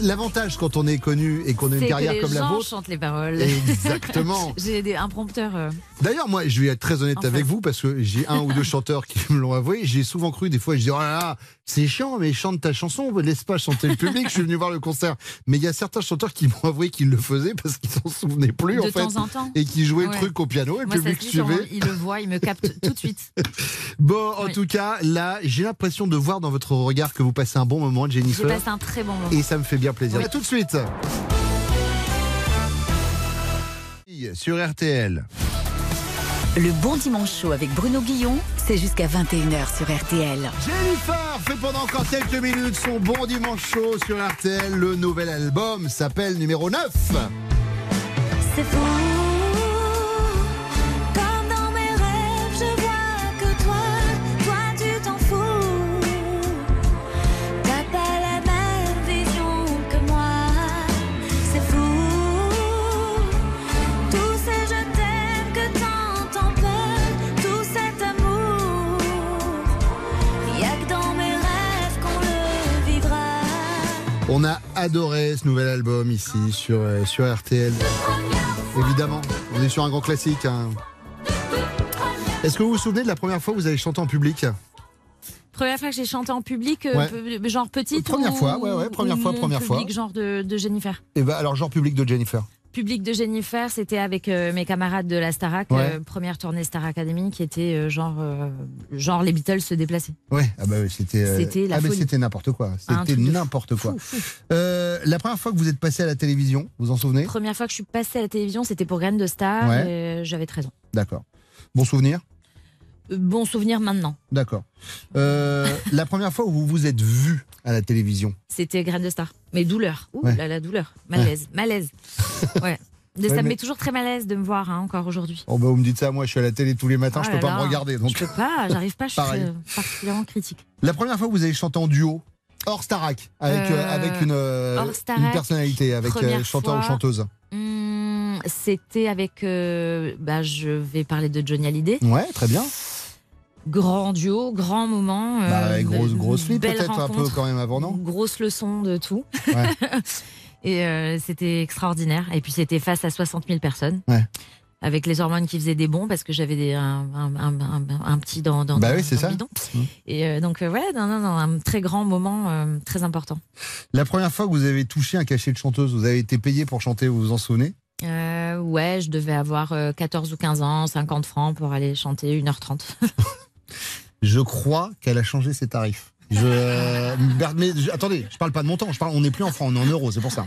C: L'avantage quand on est connu et qu'on a une
E: C'est que
C: carrière
E: les
C: comme la
E: gens
C: vôte.
E: chantent les paroles.
C: Exactement.
E: J'ai des- un prompteur. euh,
C: D'ailleurs, moi, je vais être très honnête
E: Enfin.
C: avec vous parce que j'ai un ou deux chanteurs qui me l'ont avoué. J'ai souvent cru des fois, je dis oh là là, c'est chiant, mais chante ta chanson, laisse pas chanter le public. je suis venu voir le concert, mais il y a certains chanteurs qui m'ont avoué qu'ils le faisaient parce qu'ils s'en souvenaient plus
E: De
C: en fait,
E: temps en temps.
C: et qui jouaient le
E: Ouais.
C: truc au piano et le
E: Moi, ça se
C: public
E: dit, genre,
C: suivait.
E: il le voit, il me capte tout de suite.
C: Bon, en tout cas, là, j'ai l'impression de voir dans votre regard que vous passez un bon moment,
E: J'ai
C: Jennifer.
E: passé un très bon moment.
C: Et ça me fait bien plaisir.
E: Oui.
C: À tout de suite. Sur RTL.
B: Le bon dimanche chaud avec Bruno Guillon, c'est jusqu'à 21h sur RTL.
C: Jennifer fait pendant encore quelques minutes son bon dimanche chaud sur RTL. Le nouvel album s'appelle numéro 9.
D: C'est fou, comme dans mes rêves, je vois que toi, toi tu t'en fous. T'as pas la même vision que moi. C'est fou, tous ces je t'aime que t'entends peu, tout cet amour. Y'a que dans mes rêves qu'on le vivra.
C: On a adoré ce nouvel album ici sur, euh, sur RTL. Évidemment, on est sur un grand classique. hein. Est-ce que vous vous souvenez de la première fois où vous avez chanté en public
E: Première fois que j'ai chanté en public, euh,
C: Ouais. Euh,
E: peu- genre petite.
C: Première
E: ou-
C: fois, ouais, ouais, première
E: ou
C: fois,
E: mon
C: première fois.
E: Public genre de, de Jennifer.
C: Et ben alors genre public de Jennifer.
E: Public de Jennifer, c'était avec euh, mes camarades de la Starac,
C: Ouais.
E: euh, première tournée Star Academy, qui était euh, genre, euh, genre les Beatles se déplaçaient.
C: Ouais, ah bah oui, c'était euh,
E: C'était la
C: ah mais
E: folie.
C: c'était n'importe quoi,
E: Un
C: c'était
E: truc de fou.
C: n'importe quoi. Euh, la première fois que vous êtes passé à la télévision, vous en souvenez
E: Première fois que je suis passée à la télévision, c'était pour Graines de Star,
C: Ouais.
E: et euh, j'avais 13 ans.
C: D'accord. Bon souvenir
E: Euh, Bon souvenir maintenant,
C: D'accord. Euh, la première fois où vous vous êtes vu à la télévision.
E: c'était Graines de Star. Mais douleur, ouh
C: Ouais.
E: là là, douleur, malaise, malaise. Ouais. Mais
C: Ouais,
E: ça me
C: mais-
E: met toujours très mal à l'aise de me voir hein, encore aujourd'hui.
C: Oh bah vous me dites ça, moi je suis à la télé tous les matins,
E: Ah
C: je
E: là
C: peux pas
E: là.
C: me regarder. Donc
E: Je peux pas, j'arrive pas, je suis
C: Pareil.
E: très- particulièrement critique.
C: la première fois que vous avez chanté en duo. hors Starac, avec, euh,
E: Euh,
C: avec une, euh,
E: hors Starac,
C: une personnalité, avec euh,
E: première
C: chanteur ou
E: fois.
C: chanteuse.
E: Hmm, C'était avec. euh, bah, je vais parler de Johnny Hallyday.
C: Ouais, très bien.
E: Euh, Grand duo, grand moment. euh,
C: Bah, grosse,
E: be-
C: grosse vie
E: belle
C: peut-être un peu
E: rencontre,
C: quand même avant, non
E: Grosse leçon de tout.
C: Ouais.
E: Et euh, c'était extraordinaire. Et puis c'était face à 60 000 personnes.
C: Ouais.
E: Avec les hormones qui faisaient des bons parce que j'avais des- un, un- un- un- un petit dans, dans,
C: Bah
E: dans-
C: oui, c'est
E: dans le
C: ça.
E: bidon. Et euh, donc, euh, ouais, non, non, non, un très grand moment, euh, très important.
C: La première fois que vous avez touché un cachet de chanteuse, vous avez été payé pour chanter, vous vous en souvenez
E: Euh, ouais, je devais avoir euh, 14 ou 15 ans, 50 francs pour aller chanter 1h30.
C: Je crois qu'elle a changé ses tarifs. Je... euh, mais, je- Attendez, je parle pas de montant, je parle, on n'est plus en francs, on est en euros, c'est pour ça.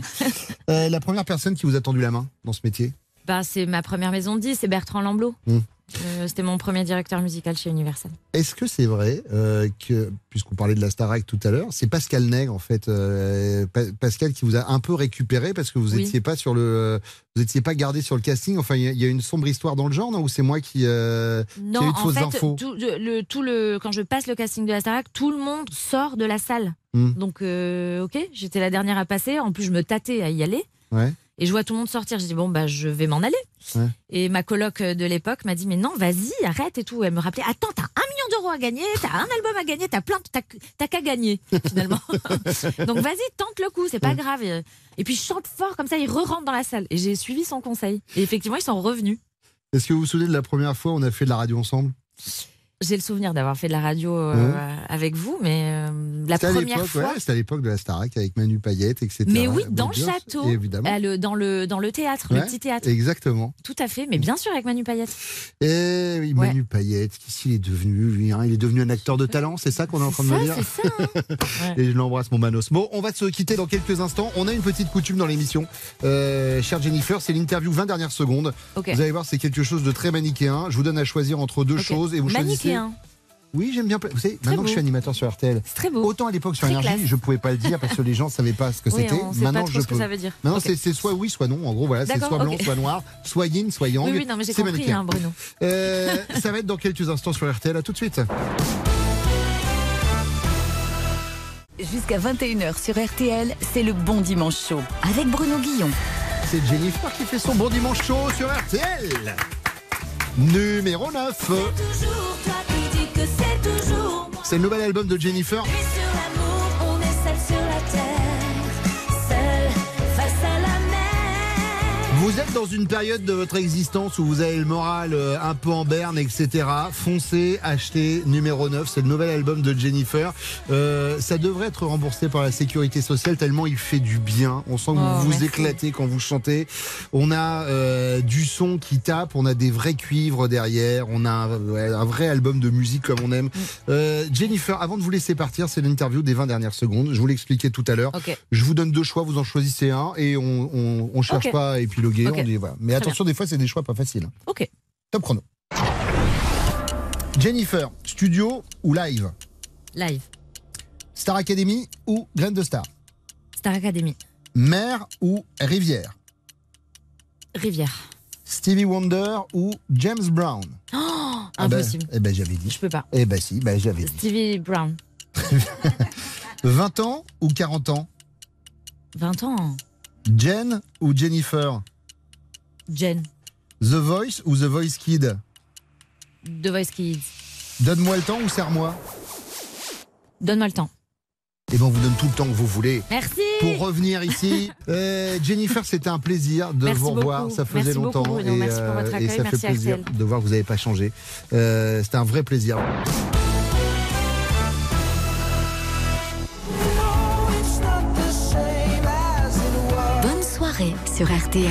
C: Euh, la première personne qui vous a tendu la main dans ce métier
E: bah, c'est ma première maison de 10, c'est Bertrand Lamblot.
C: Hmm.
E: Euh, C'était mon premier directeur musical chez Universal.
C: Est-ce que c'est vrai euh, que, puisqu'on parlait de la Starac tout à l'heure, c'est Pascal Nègre, en fait, euh, Pa- Pascal qui vous a un peu récupéré parce que vous
E: Oui.
C: n'étiez pas sur le, vous étiez pas gardé sur le casting. Enfin, il y, a- il y a une sombre histoire dans le genre, non Ou c'est moi qui, euh, qui
E: Non,
C: ai eu de
E: en
C: fausses
E: fait,
C: infos
E: Tout, de- le, tout le, quand je passe le casting de la Starac, tout le monde sort de la salle.
C: Hmm.
E: Donc, euh, ok, j'étais la dernière à passer. En plus, je me tâtais à y aller.
C: Ouais.
E: Et je vois tout le monde sortir. Je dis, bon, bah, je vais m'en aller.
C: ouais.
E: Et ma coloc de l'époque m'a dit, mais non, vas-y, arrête et tout. Elle me rappelait, attends, t'as un million d'euros à gagner, t'as un album à gagner, t'as plein, de- t'as que- t'as qu'à gagner, finalement. Donc, vas-y, tente le coup, c'est pas grave. Et puis, je chante fort, comme ça, ils re-rentrent dans la salle. Et j'ai suivi son conseil. Et effectivement, ils sont revenus.
C: Est-ce que vous vous souvenez de la première fois où on a fait de la radio ensemble
E: J'ai le souvenir d'avoir fait de la radio euh,
C: Ouais.
E: avec vous, mais euh, la
C: Mmh. C'était à
E: première
C: l'époque,
E: fois.
C: ouais, C'était à l'époque de la Starac avec Manu Payette, etc.
E: mais oui,
C: Bon
E: dans le
C: Dieu,
E: château,
C: Évidemment.
E: à euh, le- dans, le, dans le théâtre, le
C: Ouais,
E: petit théâtre.
C: Exactement.
E: Tout à fait, mais bien sûr avec Manu Payette.
C: Et oui,
E: Ouais.
C: Manu Payette, qu'est-ce qu'il est devenu, lui hein Il est devenu un acteur de talent, c'est ça qu'on est en train de me dire Et je l'embrasse, mon Manos. Bon, on va se quitter dans quelques instants. On a une petite coutume dans l'émission. Euh, chère Jennifer, c'est l'interview 20 dernières secondes.
E: Ok.
C: Vous allez voir, c'est quelque chose de très manichéen. Je vous donne à choisir entre deux
E: Ok.
C: choses et vous choisissez.
E: Manichéen.
C: Oui, j'aime bien. Vous savez, maintenant
E: beau.
C: que je suis animateur sur RTL,
E: hein. très beau.
C: autant à l'époque sur
E: Très
C: Énergie,
E: classe.
C: je pouvais pas le dire parce que les gens savaient pas ce que
E: Oui,
C: c'était.
E: on sait pas
C: Maintenant,
E: trop
C: je
E: ce que
C: peux.
E: ça veut dire.
C: Maintenant,
E: Ok.
C: c'est- c'est soit oui, soit non. En gros, voilà, c'est
E: D'accord,
C: soit blanc,
E: ok.
C: soit noir, soit yin, soit yang.
E: Oui, oui, non, mais j'ai
C: C'est
E: compris,
C: manichéen.
E: hein, Bruno.
C: Euh, ça va être dans quelques instants sur RTL. À tout de suite.
B: Jusqu'à 21h sur RTL, c'est le bon dimanche chaud avec Bruno Guillon.
C: C'est Jennifer qui fait son bon dimanche chaud sur RTL. Numéro 9.
D: Toujours toi qui dis que c'est toujours moi.
C: C'est le nouvel album de Jennifer.
D: Et sur l'amour, on est seul sur la terre. Seul face à la mer.
C: Vous êtes dans une période de votre existence où vous avez le moral euh, un peu en berne, etc. Foncez, achetez numéro 9, c'est le nouvel album de Jennifer. Euh, ça devrait être remboursé par la sécurité sociale tellement il fait du bien. On sent que
N: Oh,
C: vous vous
N: merci.
C: éclatez quand vous chantez. On a euh, du son qui tape, on a des vrais cuivres derrière, on a un, ouais, un vrai album de musique comme
N: Mm.
C: on aime. Euh, Jennifer, avant de vous laisser partir, c'est l'interview des 20 dernières secondes. Je vous l'expliquais tout à l'heure.
E: Ok.
C: Je vous donne deux choix, vous en choisissez un et on on, on cherche
E: Ok.
C: pas à épiloguer.
E: Ok.
C: on dit, voilà. Mais
E: Très
C: attention, des fois, c'est des choix pas faciles. hein.
E: Ok.
C: Top chrono. Jennifer, studio ou live
E: Live,
C: Star Academy ou Graine de Star
E: Star Academy,
C: Mer ou Rivière
E: Rivière.
C: Stevie Wonder ou James Brown
E: Oh,
C: Ah ben,
E: impossible.
C: Eh ben, j'avais dit.
E: Je peux pas.
C: Eh ben, si, ben, j'avais dit.
E: Stevie Brown,
C: 20 ans ou 40 ans
E: 20 ans.
C: Jen ou Jennifer
E: Jen,
C: The Voice ou The Voice Kid
E: The Voice Kids.
C: Donne-moi le temps ou serre-moi
E: Donne-moi le temps.
C: Eh ben, on vous donne tout le temps que vous voulez.
E: Merci.
C: pour revenir ici. Euh, Jennifer, c'était un plaisir de
E: Merci
C: vous
E: beaucoup.
C: revoir. Ça faisait
E: Merci beaucoup,
C: longtemps.
E: Bruno. Merci pour votre
C: et
E: accueil.
C: ça
E: Merci,
C: fait plaisir
E: Axel.
C: de voir que vous n'avez pas changé. Euh, c'était un vrai plaisir.
B: Bonne soirée sur RTL.